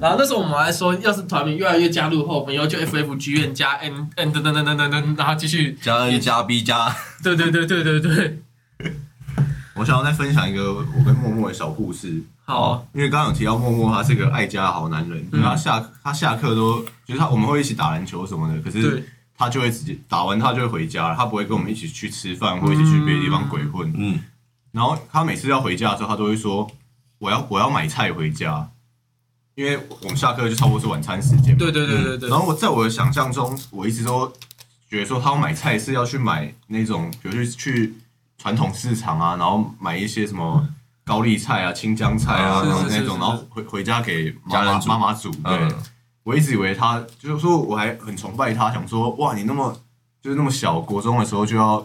然后那时候我们还说，要是团名越来越加入后，我们以后就 FFG 院加 N N 等等等等等等，然后继续加 N 加 B 加，对对对对对对，我想要再分享一个我跟默默的小故事。好，因为刚刚有提到默默，他是个爱家的好男人，嗯他下他下课都就是他我们会一起打篮球什么的，可对是他就会直接打完他就会回家了，他不会跟我们一起去吃饭或一起去别的地方鬼混。嗯，然后他每次要回家的时候，他都会说我要我要买菜回家，因为我们下课就差不多是晚餐时间嘛。对对对对对嗯然，后我在我的想象中，我一直都觉得说他要买菜是要去买那种，比如去去传统市场啊，然后买一些什么高丽菜啊、青江菜啊，嗯是然后是是那种，是然后回回家给妈家人妈煮妈妈煮。对，嗯我一直以为他就是说，我还很崇拜他，想说哇，你那么就是那么小，国中的时候就要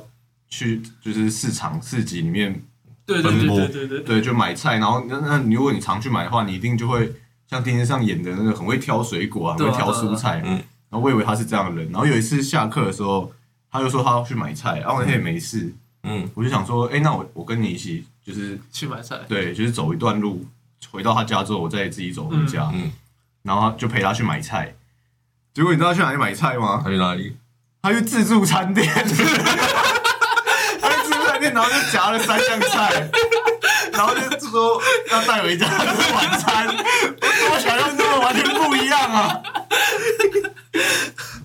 去就是市场市集里面对对对对对对对，对，就买菜，然后那那你如果你常去买的话，你一定就会像电视上演的那个很会挑水果啊，很对啊会挑蔬菜。对啊嗯然后我以为他是这样的人，然后有一次下课的时候，他就说他要去买菜，啊然后我那天也没事，嗯，我就想说，哎，那我我跟你一起，就是去买菜，对，就是走一段路，回到他家之后，我再自己走回家，嗯嗯然后他就陪他去买菜。结果你知道他去哪里买菜吗？他去哪里？他去自助餐 店，他去自助餐店，然后就夹了三样菜，然后就说要带回家吃晚餐，我怎么想象中的完全不一样啊！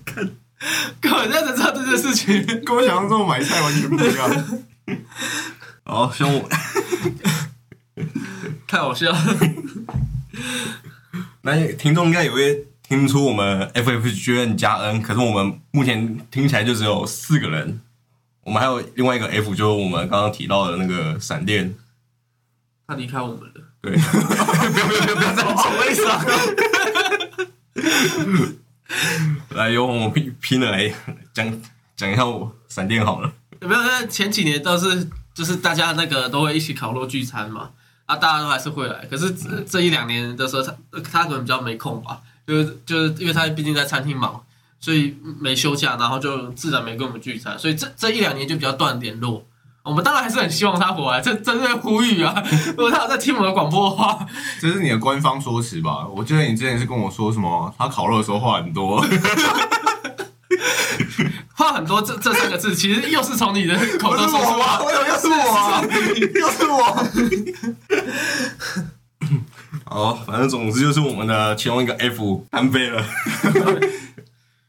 根本认真知道这件事情。 跟我想象中的买菜完全不一样。好，像我太好笑了，那听众应该也会听出我们 FFGN 加 N，可是我们目前听起来就只有四个人，我们还有另外一个 F，就是我们刚刚提到的那个闪电。他离开我们了。对，不要不要不要不要这样讲，为啊啥？来，由我们拼拼了来讲讲一下我闪电好了。有没有？那前几年倒是就是大家那个都会一起烤肉聚餐嘛，啊，大家都还是会来。可是这这一两年的时候，他他可能比较没空吧，就是就是因为他毕竟在餐厅忙，所以没休假，然后就自然没跟我们聚餐，所以这这一两年就比较断联络。我们当然还是很希望他回来，这真是呼吁啊！ 如果他有在听我们的广播的话，这是你的官方说辞吧？我记得你之前是跟我说什么，他烤肉的时候话很多，话很多这这三个字，其实又是从你的口中说出来。吧？为什么 又是我啊？又是我？好，哦反正总之就是我们的其中一个 F 单飞了。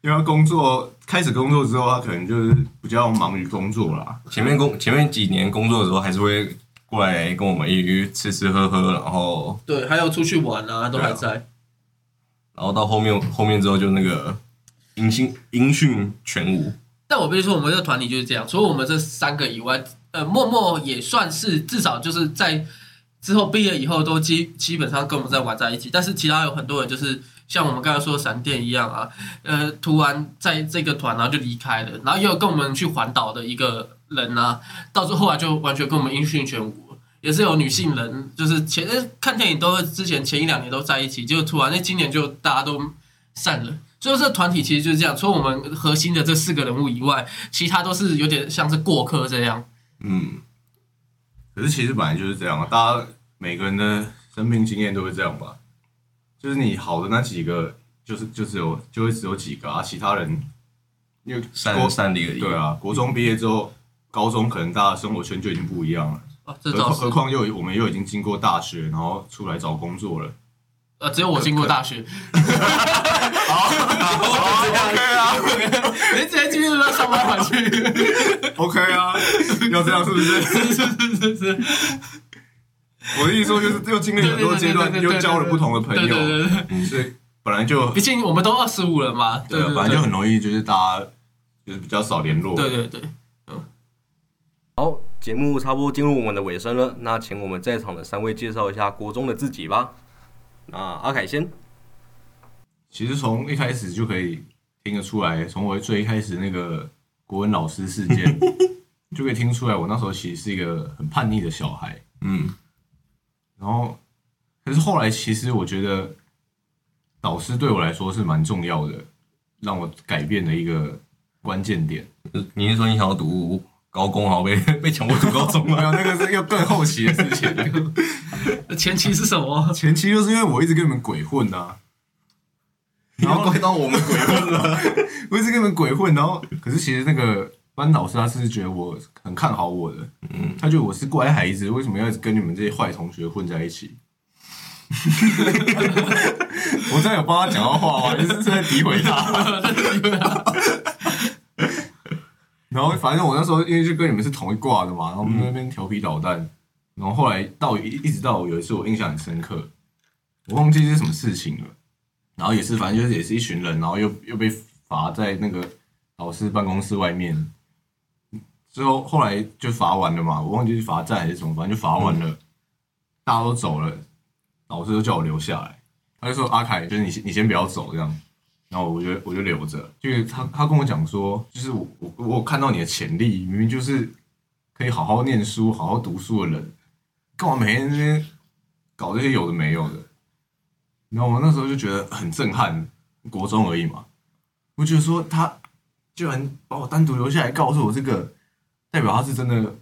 因为他工作开始工作之后，他可能就是比较忙于工作啦。前面工前面几年工作的时候，还是会过来跟我们一起吃吃喝喝，然后 对，还有出去玩啊，都还在。然后到后面后面之后就那个音讯音讯全无，但我必须说，我们这个团体就是这样，除了我们这三个以外，呃，默默也算是至少就是在之后毕业以后都基基本上跟我们在玩在一起，但是其他有很多人就是像我们刚才说的闪电一样啊，呃，突然在这个团然后就离开了，然后也有跟我们去环岛的一个人啊，到最后来就完全跟我们音讯全无了。也是有女性人，就是前呃看电影都会之前前一两年都在一起，就突然那今年就大家都散了。所以这团体其实就是这样，除了我们核心的这四个人物以外，其他都是有点像是过客这样。嗯，可是其实本来就是这样啊，大家每个人的生命经验都会这样吧。就是你好的那几个，就是就只有就会只有几个啊，其他人因为散国散离而已。对啊，国中毕业之后，高中可能大家的生活圈就已经不一样了。啊，这何倒况是何，况又我们又已经经过大学，然后出来找工作了。呃，只有我经过大学。 OK 啊你直接进入到上班环去， ，OK 啊， 要这样是不 是？是是是是，我的意思说就是又经历很多阶段，又交了不同的朋对对友，对对，所以本来就毕竟我们都二十五了嘛，对对啊，对本来就很容易就是大家就是比较少联络。对对对。好，节目差不多进入我们的尾声了，那请我们在场的三位介绍一下国中的自己吧。那阿凯先，其实从一开始就可以听得出来，从我最一开始那个国文老师事件，就可以听出来，我那时候其实是一个很叛逆的小孩。嗯，然后，可是后来其实我觉得，老师对我来说是蛮重要的，让我改变的一个关键点。你是说你想要读高工，好被 被强迫读高中没吗？ 有，那个是又更后期的事情了。前期是什么？ 前期就是因为我一直跟你们鬼混呐、啊然后到我们鬼混了， 我一直跟你们鬼混，然后可是其实那个班导师他是觉得我很看好我的，嗯，他觉得我是乖孩子，为什么要一直跟你们这些坏同学混在一起？ 我这样有帮他讲到话吗？你是在诋毁他？然后反正我那时候因为就跟你们是同一挂的嘛，然后我们在那边调皮捣蛋，然后后来到一一直到有一次我印象很深刻，我忘记是什么事情了，然后也是反正就是也是一群人，然后又又被罚在那个老师办公室外面，之后后来就罚完了嘛，我忘记是罚站还是什么，反正就罚完了，大家都走了，老师就叫我留下来，他就说阿凯，就是你先你先不要走这样。然后我就我就留着，就是他他跟我讲说，就是我我我有看到你的潜力，明明就是可以好好念书、好好读书的人，干嘛每天在那边搞这些有的没有的？然后我那时候就觉得很震撼，国中而已嘛，我觉得说他居然把我单独留下来，告诉我这个，代表他是真的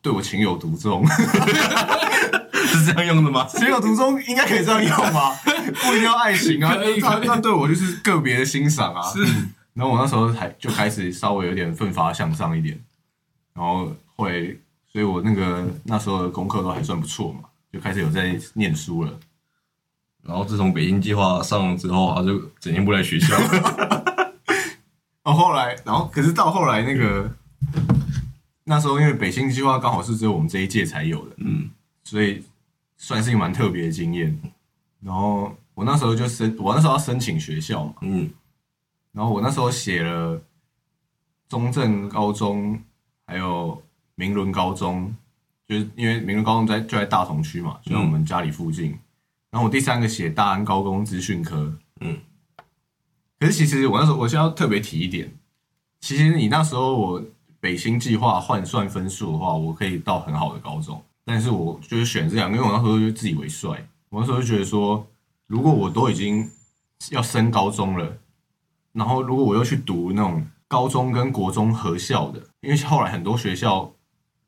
对我情有独钟，是这样用的吗？情有独钟应该可以这样用 吧？不一定要爱情啊可以，那可以那对我就是个别的欣赏啊，是然后我那时候还就开始稍微有点奋发向上一点，然后后来所以我那个那时候的功课都还算不错嘛，就开始有在念书了。然后自从北京计划上了之后啊，就整天不来学校。 哦，后来，然后可是到后来那个那时候，因为北新计划刚好是只有我们这一届才有的，嗯，所以算是一个蛮特别的经验。然后我那时候就申，我那时候要申请学校嘛，嗯，然后我那时候写了中正高中，还有明伦高中，就是因为明伦高中在就在大同区嘛，就在我们家里附近。然后我第三个写大安高工资讯科，嗯。可是其实我那时候我需要特别提一点，其实你那时候我北新计划换算分数的话，我可以到很好的高中，但是我就是选这两个，因为我那时候就自以为帅，我那时候就觉得说，如果我都已经要升高中了。然后如果我又去读那种高中跟国中合校的，因为后来很多学校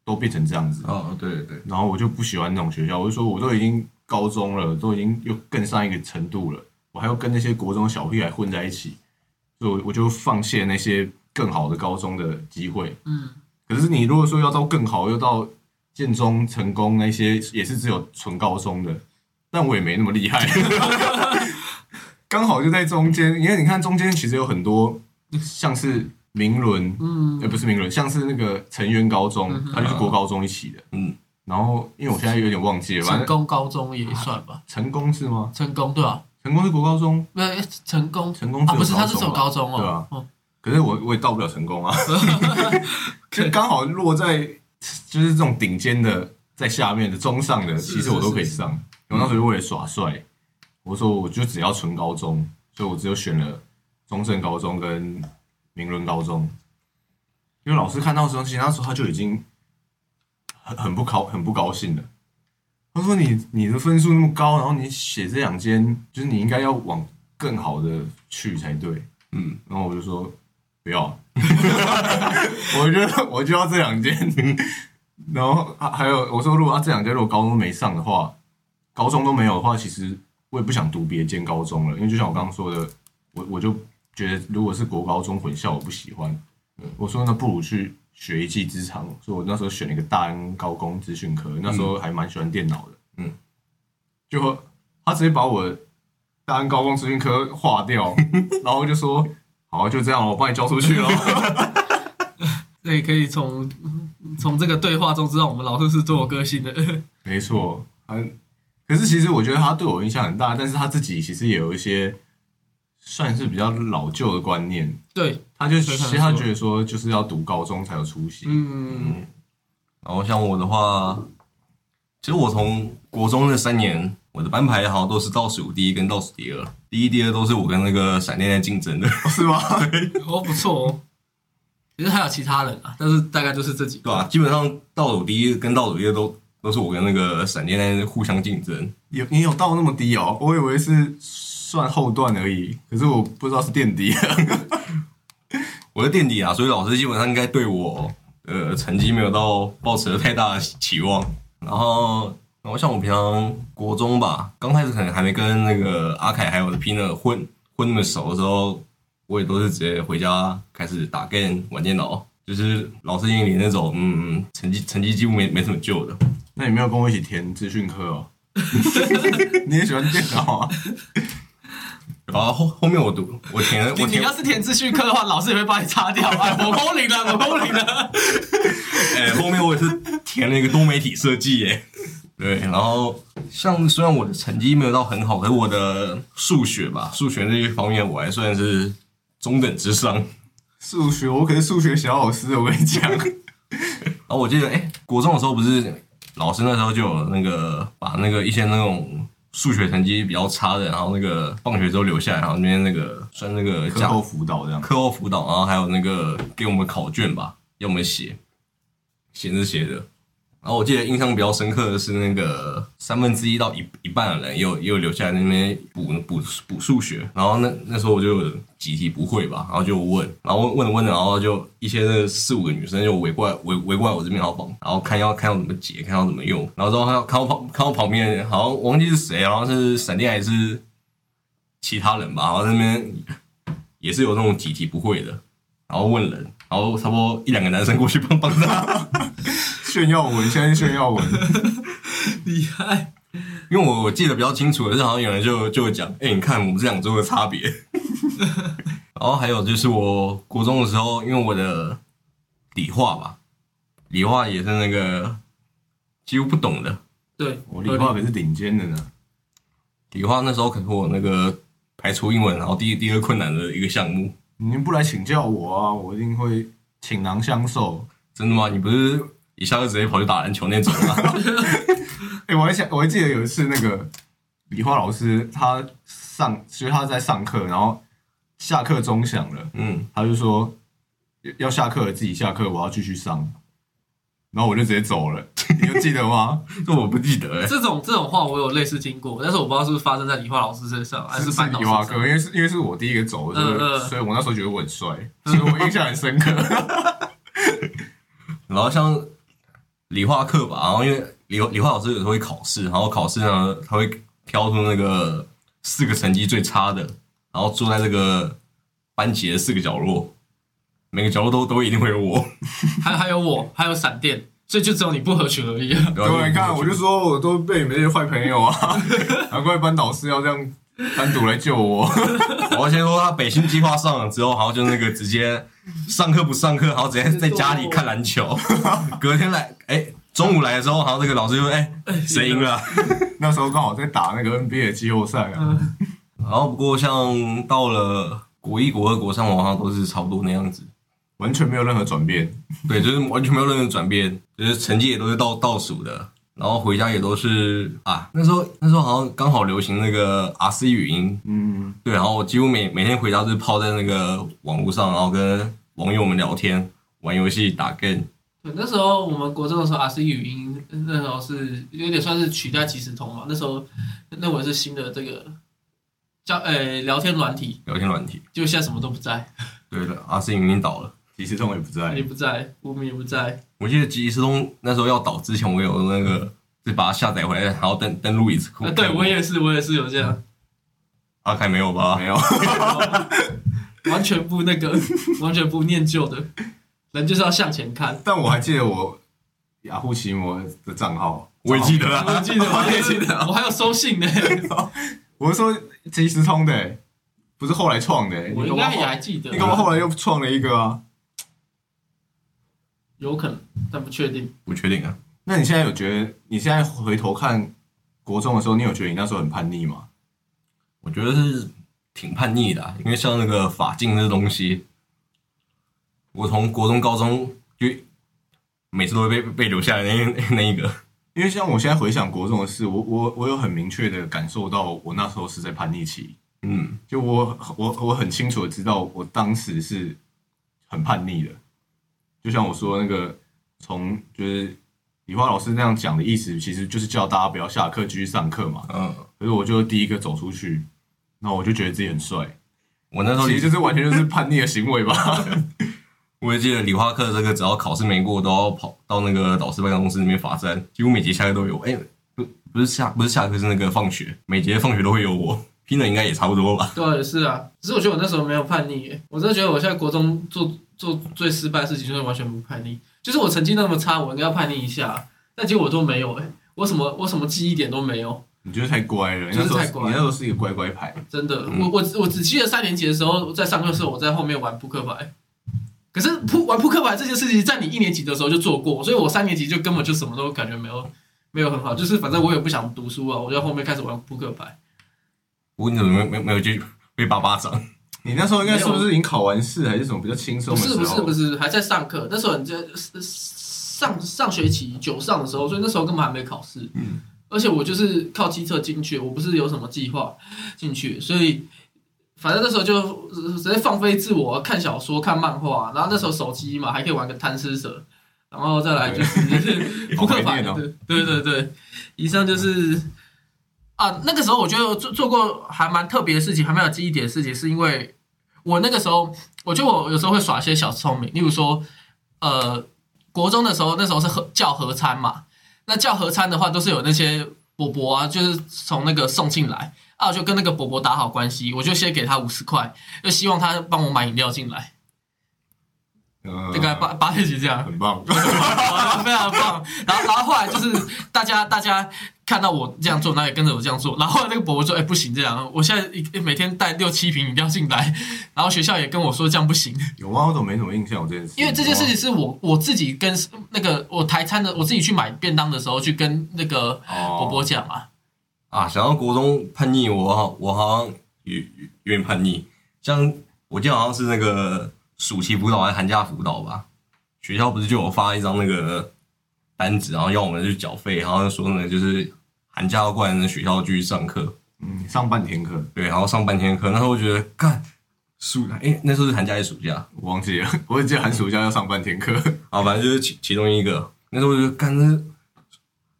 都变成这样子，哦，对对，然后我就不喜欢那种学校，我就说我都已经高中了，都已经又更上一个程度了，我还要跟那些国中小屁孩混在一起，所以我我就放弃了那些更好的高中的机会。嗯，可是你如果说要到更好，又到建中、成功那些，也是只有纯高中的，但我也没那么厉害， 刚好就在中间。因为你看中间其实有很多像是明伦，嗯呃，不是明伦，像是那个成渊高中，它就是国高中一起的，嗯。然后因为我现在有点忘记了，反成正功高中也算吧，成功是吗？成功对吧？成功是国高中，不是成功成功啊，只有不是他高是中走吧高中对哦啊，哦可是我我也到不了成功啊， 就刚好落在就是这种顶尖的，在下面的中上的，是其实我都可以是是上。然后那时候就为了耍帅，我说我就只要纯高中，所以我只有选了中正高中跟明伦高中。因为老师看到的时候，其实那时候他就已经很很不高很不高兴了。他说你：“你的分数那么高，然后你写这两间，就是你应该要往更好的去才对。”嗯，然后我就说不要， 我就我就要这两间。然后啊还有我说，如果他这两间如果高中没上的话，高中都没有的话，其实我也不想读别间高中了，因为就像我刚刚说的，我我就觉得如果是国高中混校，我不喜欢。我说那不如去学一技之长，所以我那时候选了一个大安高工资讯科，那时候还蛮喜欢电脑的。嗯，就和他直接把我大安高工资讯科划 掉，然后就说好，就这样了，我帮你交出去 了。那也可以从从这个对话中知道我们老师是多有个性的。 没错，嗯，可是其实我觉得他对我影响很大，但是他自己其实也有一些算是比较老旧的观念，对，他就对其他来说实他觉得说就是要读高中才有出息，嗯，然后像我的话，其实我从国中那三年，我的班排好像都是倒数第一跟倒数第二，第一、第二都是我跟那个闪电在竞争的，是吗？哦不错哦。其实还有其他人啊，但是大概就是这几个。对吧、基本上倒数第一跟倒数第二都都是我跟那个闪电在互相竞争。有你有到那么低哦？我以为是算后段而已，可是我不知道是垫底。 我的垫底啊，所以老师基本上应该对我呃成绩没有到抱持了太大的期望。然后，然后像我平常国中吧，刚开始可能还没跟那个阿凯还有 Pina 混混那么熟的时候，我也都是直接回家开始打 game 玩电脑，就是老师眼里那种嗯成绩成绩几乎没没什么救的。那你没有跟我一起填资讯科哦？ 你也喜欢电脑啊？然后后后面我读我填了你我你填要是填资讯课的话，老师也会把你擦掉。哎，我扣零了，我扣零了。哎、后面我也是填了一个多媒体设计耶。对，然后像虽然我的成绩没有到很好，可是我的数学吧，数学这一方面我还算是中等之上。数学，我可是数学小老师，我跟你 讲。然后我记得，哎、国中的时候不是老师那时候就有那个把那个一些那种数学成绩比较差的，然后那个放学之后留下来，然后那边那个算那个课家后辅导这样，课后辅导，然啊后还有那个给我们考卷吧，要我们写，写着写着。然后我记得印象比较深刻的是那个三分之一到一一半的人又又留下来那边补补补数学，然后那那时候我就有几题不会吧，然后就问，然后问问着问着，然后就一些那四五个女生就围过来围围过来我这边，然后帮，然后看要看要怎么解，看要怎么用，然后之后看到看到旁看到旁边的人，好像忘记是谁，然后是闪电还是其他人吧，然后在那边也是有那种几题不会的，然后问人，然后差不多一两个男生过去帮帮他， 炫耀文，现在是炫耀文，厉害，因为我我记得比较清楚的是，好像有人就就讲，哎、你看我们这两周的差别。 然后还有就是我国中的时候，因为我的理化吧，理化也是那个几乎不懂的，对，我理化可是顶尖的呢。理化那时候可是我那个排除英文，然后第一第二困难的一个项目。你们不来请教我啊，我一定会倾囊相授。真的吗？你不是一下就直接跑去打篮球那种吗？ 哎、我还想，我还记得有一次那个理化老师，他上就是他在上课，然后下课钟响了，嗯，他就说要下课了自己下课，我要继续上。然后我就直接走了， 你有记得吗？这我不记得哎、这种这种话我有类似听过，但是我不知道是不是发生在理化老师身上， 还是班导理身化上哥，因为是因为是我第一个走的，嗯嗯所以我那时候觉得我很帅，所以我印象很 深刻。然后像理化课吧，然后因为理理化老师有时候会考试，然后考试呢，他会挑出那个四个成绩最差的，然后坐在这个班级的四个角落，每个角落都都一定会有 我。还还有我，还有闪电，所以就只有你不合群而已。对吧对，你看，我就说我都被你们这些坏朋友啊， 难怪班导师要这样单独来救我。我要先说他北新计划上了之后，然后就那个直接上课不上课，然后直接在家里看篮 球，隔天来，哎，中午来的时候，然后这个老师就说， 哎，谁赢了？那时候刚好在打那个 NBA 的季后赛啊，嗯然后不过像到了国一、国二、国三，我好像都是差不多那样子。完全没有任何转变。对，就是完全没有任何转变，就是成绩也都是倒倒数的，然后回家也都是啊，那时候那时候好像刚好流行那个 R C 语音，嗯，对，然后我几乎每每天回家都是泡在那个网络上，然后跟网友们聊天、玩游戏、打 game。对，那时候我们国中的时候，R C 语音那时候是有点算是取代即时通嘛。那时候认为是新的这个叫呃、聊天软体，聊天软体。就现在什么都不在，对的，R C 语音倒了。其实通也不也在，不在，无名也不在，我记得即时通那时候要倒之前，我有那个就把它下载回来，然后登登录一次。啊，对我也是，我也是有这样，阿凯没有吧？没有。完全不那个，完全不念旧的，人就是要向前看。但我还记得我雅虎奇摩的账号， 我也记得我啊。记得，我还我也记得我还有收信呢，我是说即时通的、欸不是后来创的、我你应干嘛该也后还记得你，干嘛后来又创了一个啊？有可能，但不确定。不确定啊。那你现在有觉得你现在回头看国中的时候，你有觉得你那时候很叛逆吗？我觉得是挺叛逆的啊、因为像那个法镜这东西，我从国中、高中就每次都会被被留下来那那 一个。因为像我现在回想国中的事，我我我有很明确的感受到，我那时候是在叛逆期。嗯，就我我我很清楚的知道，我当时是很叛逆的。就像我说那个，从就是理化老师那样讲的意思，其实就是叫大家不要下课继续上课嘛。呃，可是我就第一个走出去，那我就觉得自己很帅，我那时候其实理就是完全就是叛逆的行为吧。 我也记得理化课这个，只要考试没过，都要跑到那个老师办公室里面罚站，几乎每节下课都有。哎、不不是下不是下课，是那个放学，每节放学都会有我。拼的应该也差不多吧。对，是啊，只是我觉得我那时候没有叛逆耶，我真的觉得我现在国中做做最失败的事情就是完全不叛逆，就是我成绩那么差，我应该要叛逆一下，但结果我都没有哎，我什么我什么记忆点都没有，你就是太乖了，你就那是时候太乖你那时候是一个乖乖牌。真的，我我我只记得三年级的时候在上课的时候我在后面玩扑克牌，可是扑玩扑克牌这件事情在你一年级的时候就做过，所以我三年级就根本就什么都感觉没有没有很好，就是反正我也不想读书啊，我就在后面开始玩扑克牌，我你怎么没没没有去被巴巴掌？你那时候应该是不没是已经考完试还是什么比较轻松不的时是候？不是不是，还在上课。那时候你在呃上上学期九上的时候，所以那时候根本还没考试。嗯而且我就是靠机测进去，我不是有什么计划进去，所以反正那时候就呃直接放飞自我，看小说、看漫画，然后那时候手机嘛还可以玩个贪吃蛇，然后再来就是扑克牌，好怀念对对对对，以上就是。啊，那个时候我觉得做做过还蛮特别的事情，还蛮有记忆点的事情，是因为我那个时候，我觉得我有时候会耍一些小聪明，例如说，呃，国中的时候，那时候是合叫合餐嘛，那叫合餐的话，都是有那些伯伯啊，就是从那个送进来啊，我就跟那个伯伯打好关系，我就先给他五十块，就希望他帮我买饮料进来。呃大概八八月级这样， 很棒， 非常棒。然后，然后后来就是大家大家看到我这样做，那也跟着我这样做。然后后来那个伯伯说：“哎、不行，这样，我现在一每天带六七瓶饮料进来。”然后学校也跟我说这样不行，有吗？我怎么没什么印象？我这件事，因为这件事情是我我自己跟那个我台餐的我自己去买便当的时候去跟那个哦，伯伯讲嘛。啊，想到国中叛逆，我好我好像有有点叛逆，像我记得好像是那个暑期辅导还是寒假辅导吧，学校不是就有发一张那个单子，然后要我们去缴费，然后就说呢就是寒假要过来呢学校继续上课，嗯，上半天课对，然后上半天课，那时候我觉得干暑哎、那时候是寒假还是暑假？我忘记了， 我只记得寒暑假要上半天课， 啊，反正就是其其中一个，那时候我就觉得干这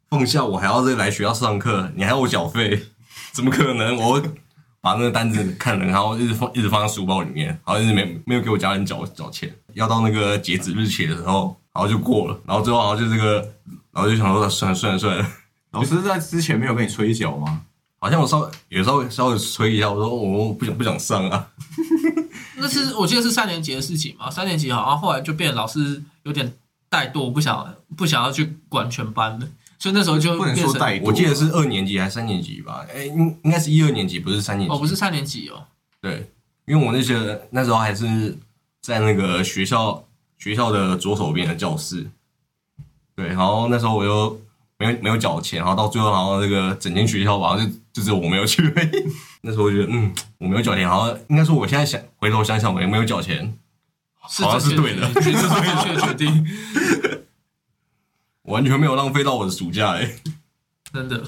放假我还要再来学校上课，你还要我缴费， 怎么可能？我把那个单子看了，然后一直放一直放在书包里面，然后一直没没有给我家人缴缴钱，要到那个截止日期的时候，然后就过了，然后最后好像就这个，然后就想说算了算了算了，老师在之前没有跟你吹脚吗？好像我稍微也稍微稍微催一下，我说哦我不想不想上啊，那是我记得是三年级的事情嘛，三年级好像后来就变老师有点怠惰，不想不想要去管全班了，所以那时候就不变能成说带多，我记得是二年级还是三年级吧，哎、应应该是一二年级，不是三年级，哦，不是三年级哦，对，因为我那些那时候还是在那个学校学校的左手边的教室，对，然后那时候我又没有没有缴钱，然后到最后好像那个整间学校吧，就就只有我没有去而已。那时候我觉得，嗯，我没有缴钱，好像应该说我现在想回头想想，我也没有缴钱，是好像是正确对的决定是正确的决定，我完全没有浪费到我的暑假哎、真的。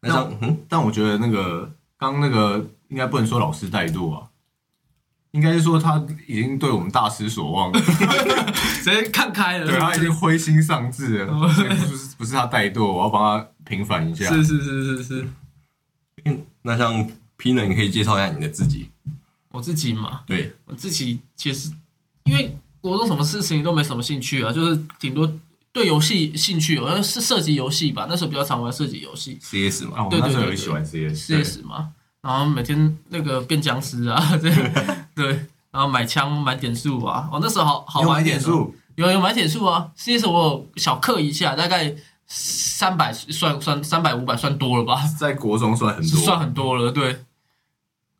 那张嗯，但我觉得那个刚那个应该不能说老师怠惰啊，应该是说他已经对我们大失所望了，直接看开了，对啊他已经灰心丧志了，所以不是不是他怠惰，我要帮他平反一下。是是是是是，嗯那像 P 呢，你可以介绍一下你的自己，我自己嘛，对，我自己其实因为国中什么事情都没什么兴趣啊，就是顶多对游戏兴趣，好像是射击游戏吧，那时候比较常玩射击游戏，CS 嘛，啊，我们那时对候对对有喜欢 CS， ，CS 嘛，然后每天那个变僵尸啊， 对对，然后买枪买点数啊，哦那时候好好你有玩买一点点哦，数，有有买点数啊，CS 我有小氪一下，大概三百算算三百五百算多了吧，在国中算很是算多，很多了，对，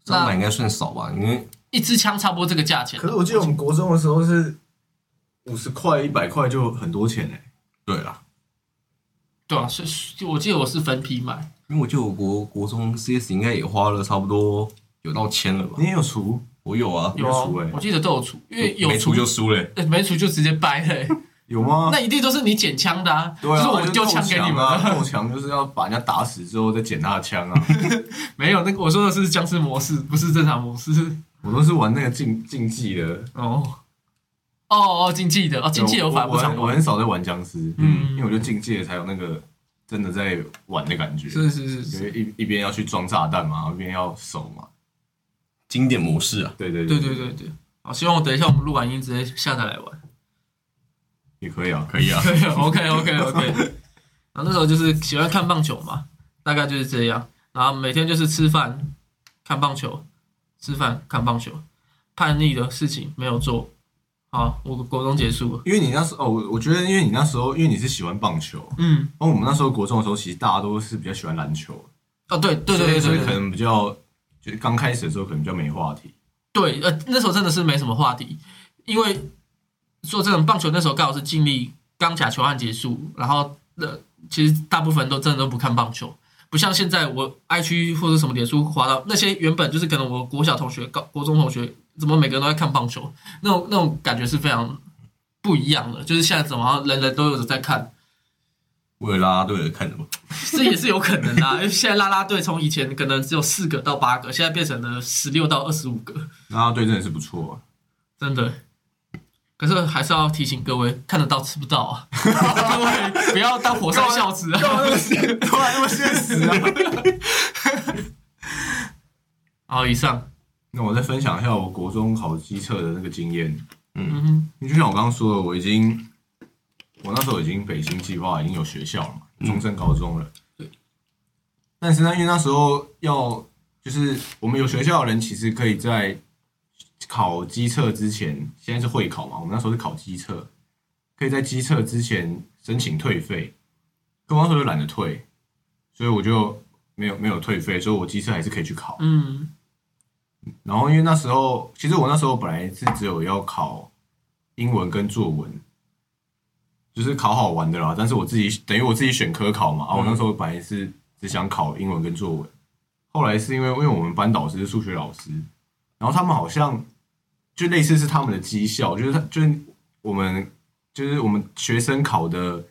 三百应该算少吧，因为一支枪差不多这个价钱可，是我记得我们国中的时候是五十块、一百块就很多钱哎，对啦，对啊，是是我记得我是分批买。因为我记得我国国中 CS 应该也花了差不多有到千了吧。你也有除，我有啊，有啊没除欸我记得都有除，因为有没除出就输嘞、呃没除就直接掰 了欸、有吗？那一定都是你捡枪的啊，对啊，就是我丢枪给你们啊，的，够强就是要把人家打死之后再捡他的枪啊。 没有那个我说的是僵尸模式，不是正常模式我都是玩那个竞竞技的，哦。哦哦，竞技的哦，竞技有法我不我常很我玩，很少在玩僵尸，嗯嗯，因为我觉得竞技的才有那个真的在玩的感觉，是是是因是，为一一边要去装炸弹嘛，一边要守嘛，经典模式啊，对对对对对，对对。好，希望我等一下我们录完音直接下载来玩。 也可以啊，可以啊。对，OK OK OK。然后那时候就是喜欢看棒球嘛，大概就是这样。然后每天就是吃饭、看棒球，吃饭看棒球。叛逆的事情没有做。好，我国中结束了。因为你那时候，哦我我觉得，因为你那时候，因为你是喜欢棒球，嗯，然后我们那时候国中的时候，其实大家都是比较喜欢篮球，哦，对对对对所以对所以可对，能比较，就是刚开始的时候可能比较没话题，对呃，那时候真的是没什么话题，因为说真的，棒球那时候刚好是经历钢甲球案结束，然后呃，其实大部分都真的都不看棒球，不像现在我 I 区或者什么脸书滑到那些原本就是可能我国小同学、高国中同学，怎么每个人都在看棒球，那种那种感觉是非常不一样的，就是现在怎么好像人人都有在看，为了拉队的看什么？这也是有可能的、啊，因为现在啦啦队从以前可能只有四个到八个，现在变成了十六到二十五个，那他对真的是不 错、啊，真的。可是还是要提醒各位，看得到吃不到 啊，各位不要当火烧孝子啊！突然那么现实啊！好，以上， 那我再分享一下我国中考机测的那个经验，嗯哼，你就像我刚刚说的，我已经，我那时候已经北新计划已经有学校了嘛，中正高中了。对。但是呢，因为那时候要就是我们有学校的人，其实可以在考机测之前，现在是会考嘛，我们那时候是考机测，可以在机测之前申请退费，可我那时候就懒得退，所以我就没有没有退费，所以我机测还是可以去考。嗯然后因为那时候，其实我那时候本来是只有要考英文跟作文，就是考好玩的啦。但是我自己等于我自己选科考嘛，啊，我那时候本来是只想考英文跟作文，后来是因为因为我们班导师是数学老师，然后他们好像就类似是他们的绩效，就是他就是我们就是我们学生考的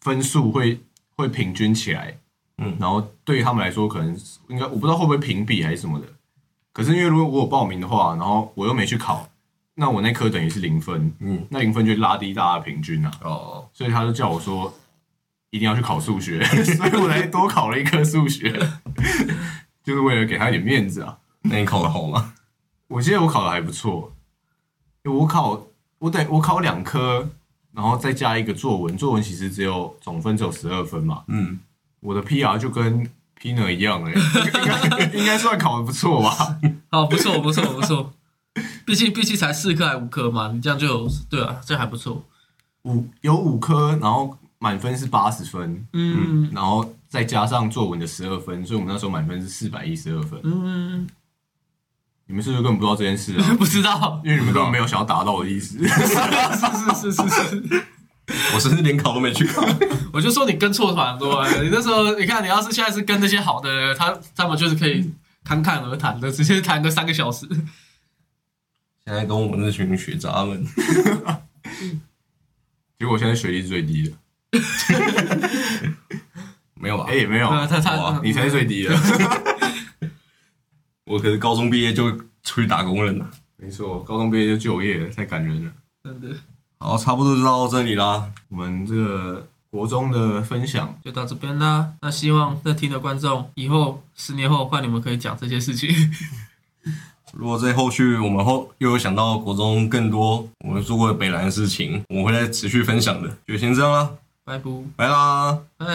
分数会会平均起来，嗯然后对于他们来说可能是应该我不知道会不会评比还是什么的。可是因为如果我有报名的话，然后我又没去考，那我那科等于是零分，嗯，那零分就会拉低大家的平均啊。哦，所以他就叫我说一定要去考数学， 所以我才多考了一科数学， 就是为了给他一点面子啊。那你考得好吗？我记得我考的还不错，我考我得我考两科，然后再加一个作文，作文其实只有总分只有十二分嘛，嗯，我的 PR 就跟 Pina 一样哎、欸，应该应该算考的不错吧？好，不错，不错，不错。毕竟毕竟才四科还五科嘛，你这样就有对啊，这还不错。五有五科，然后满分是八十分，嗯然后再加上作文的十二分，所以我们那时候满分是四百一十二分。嗯，你们是不是根本不知道这件事 ？啊不知道，因为你们根本没有想要达到我的意思。 是是是是是，我甚至连考都没去考。我就说你跟错团多了。你那时候，你看你要是现在是跟那些好的，他他们就是可以侃侃而谈的，直接谈个三个小时。现在跟我们那群学渣们，结果我现在学历是最低的。没有吧？哎、也没有，对啊他他哇你才是最低的。 我可是高中毕业就出去打工了呢。没错，高中毕业就就业了，太感人了。真的，好，差不多就到这里啦。我们这个国中的分享，就到这边啦。那希望在听的观众以后十年后换你们可以讲这些事情。 如果在后续我们后又有想到国中更多我们做过的北兰的事情，我们会再持续分享的。就先这样啦，拜不拜啦。拜。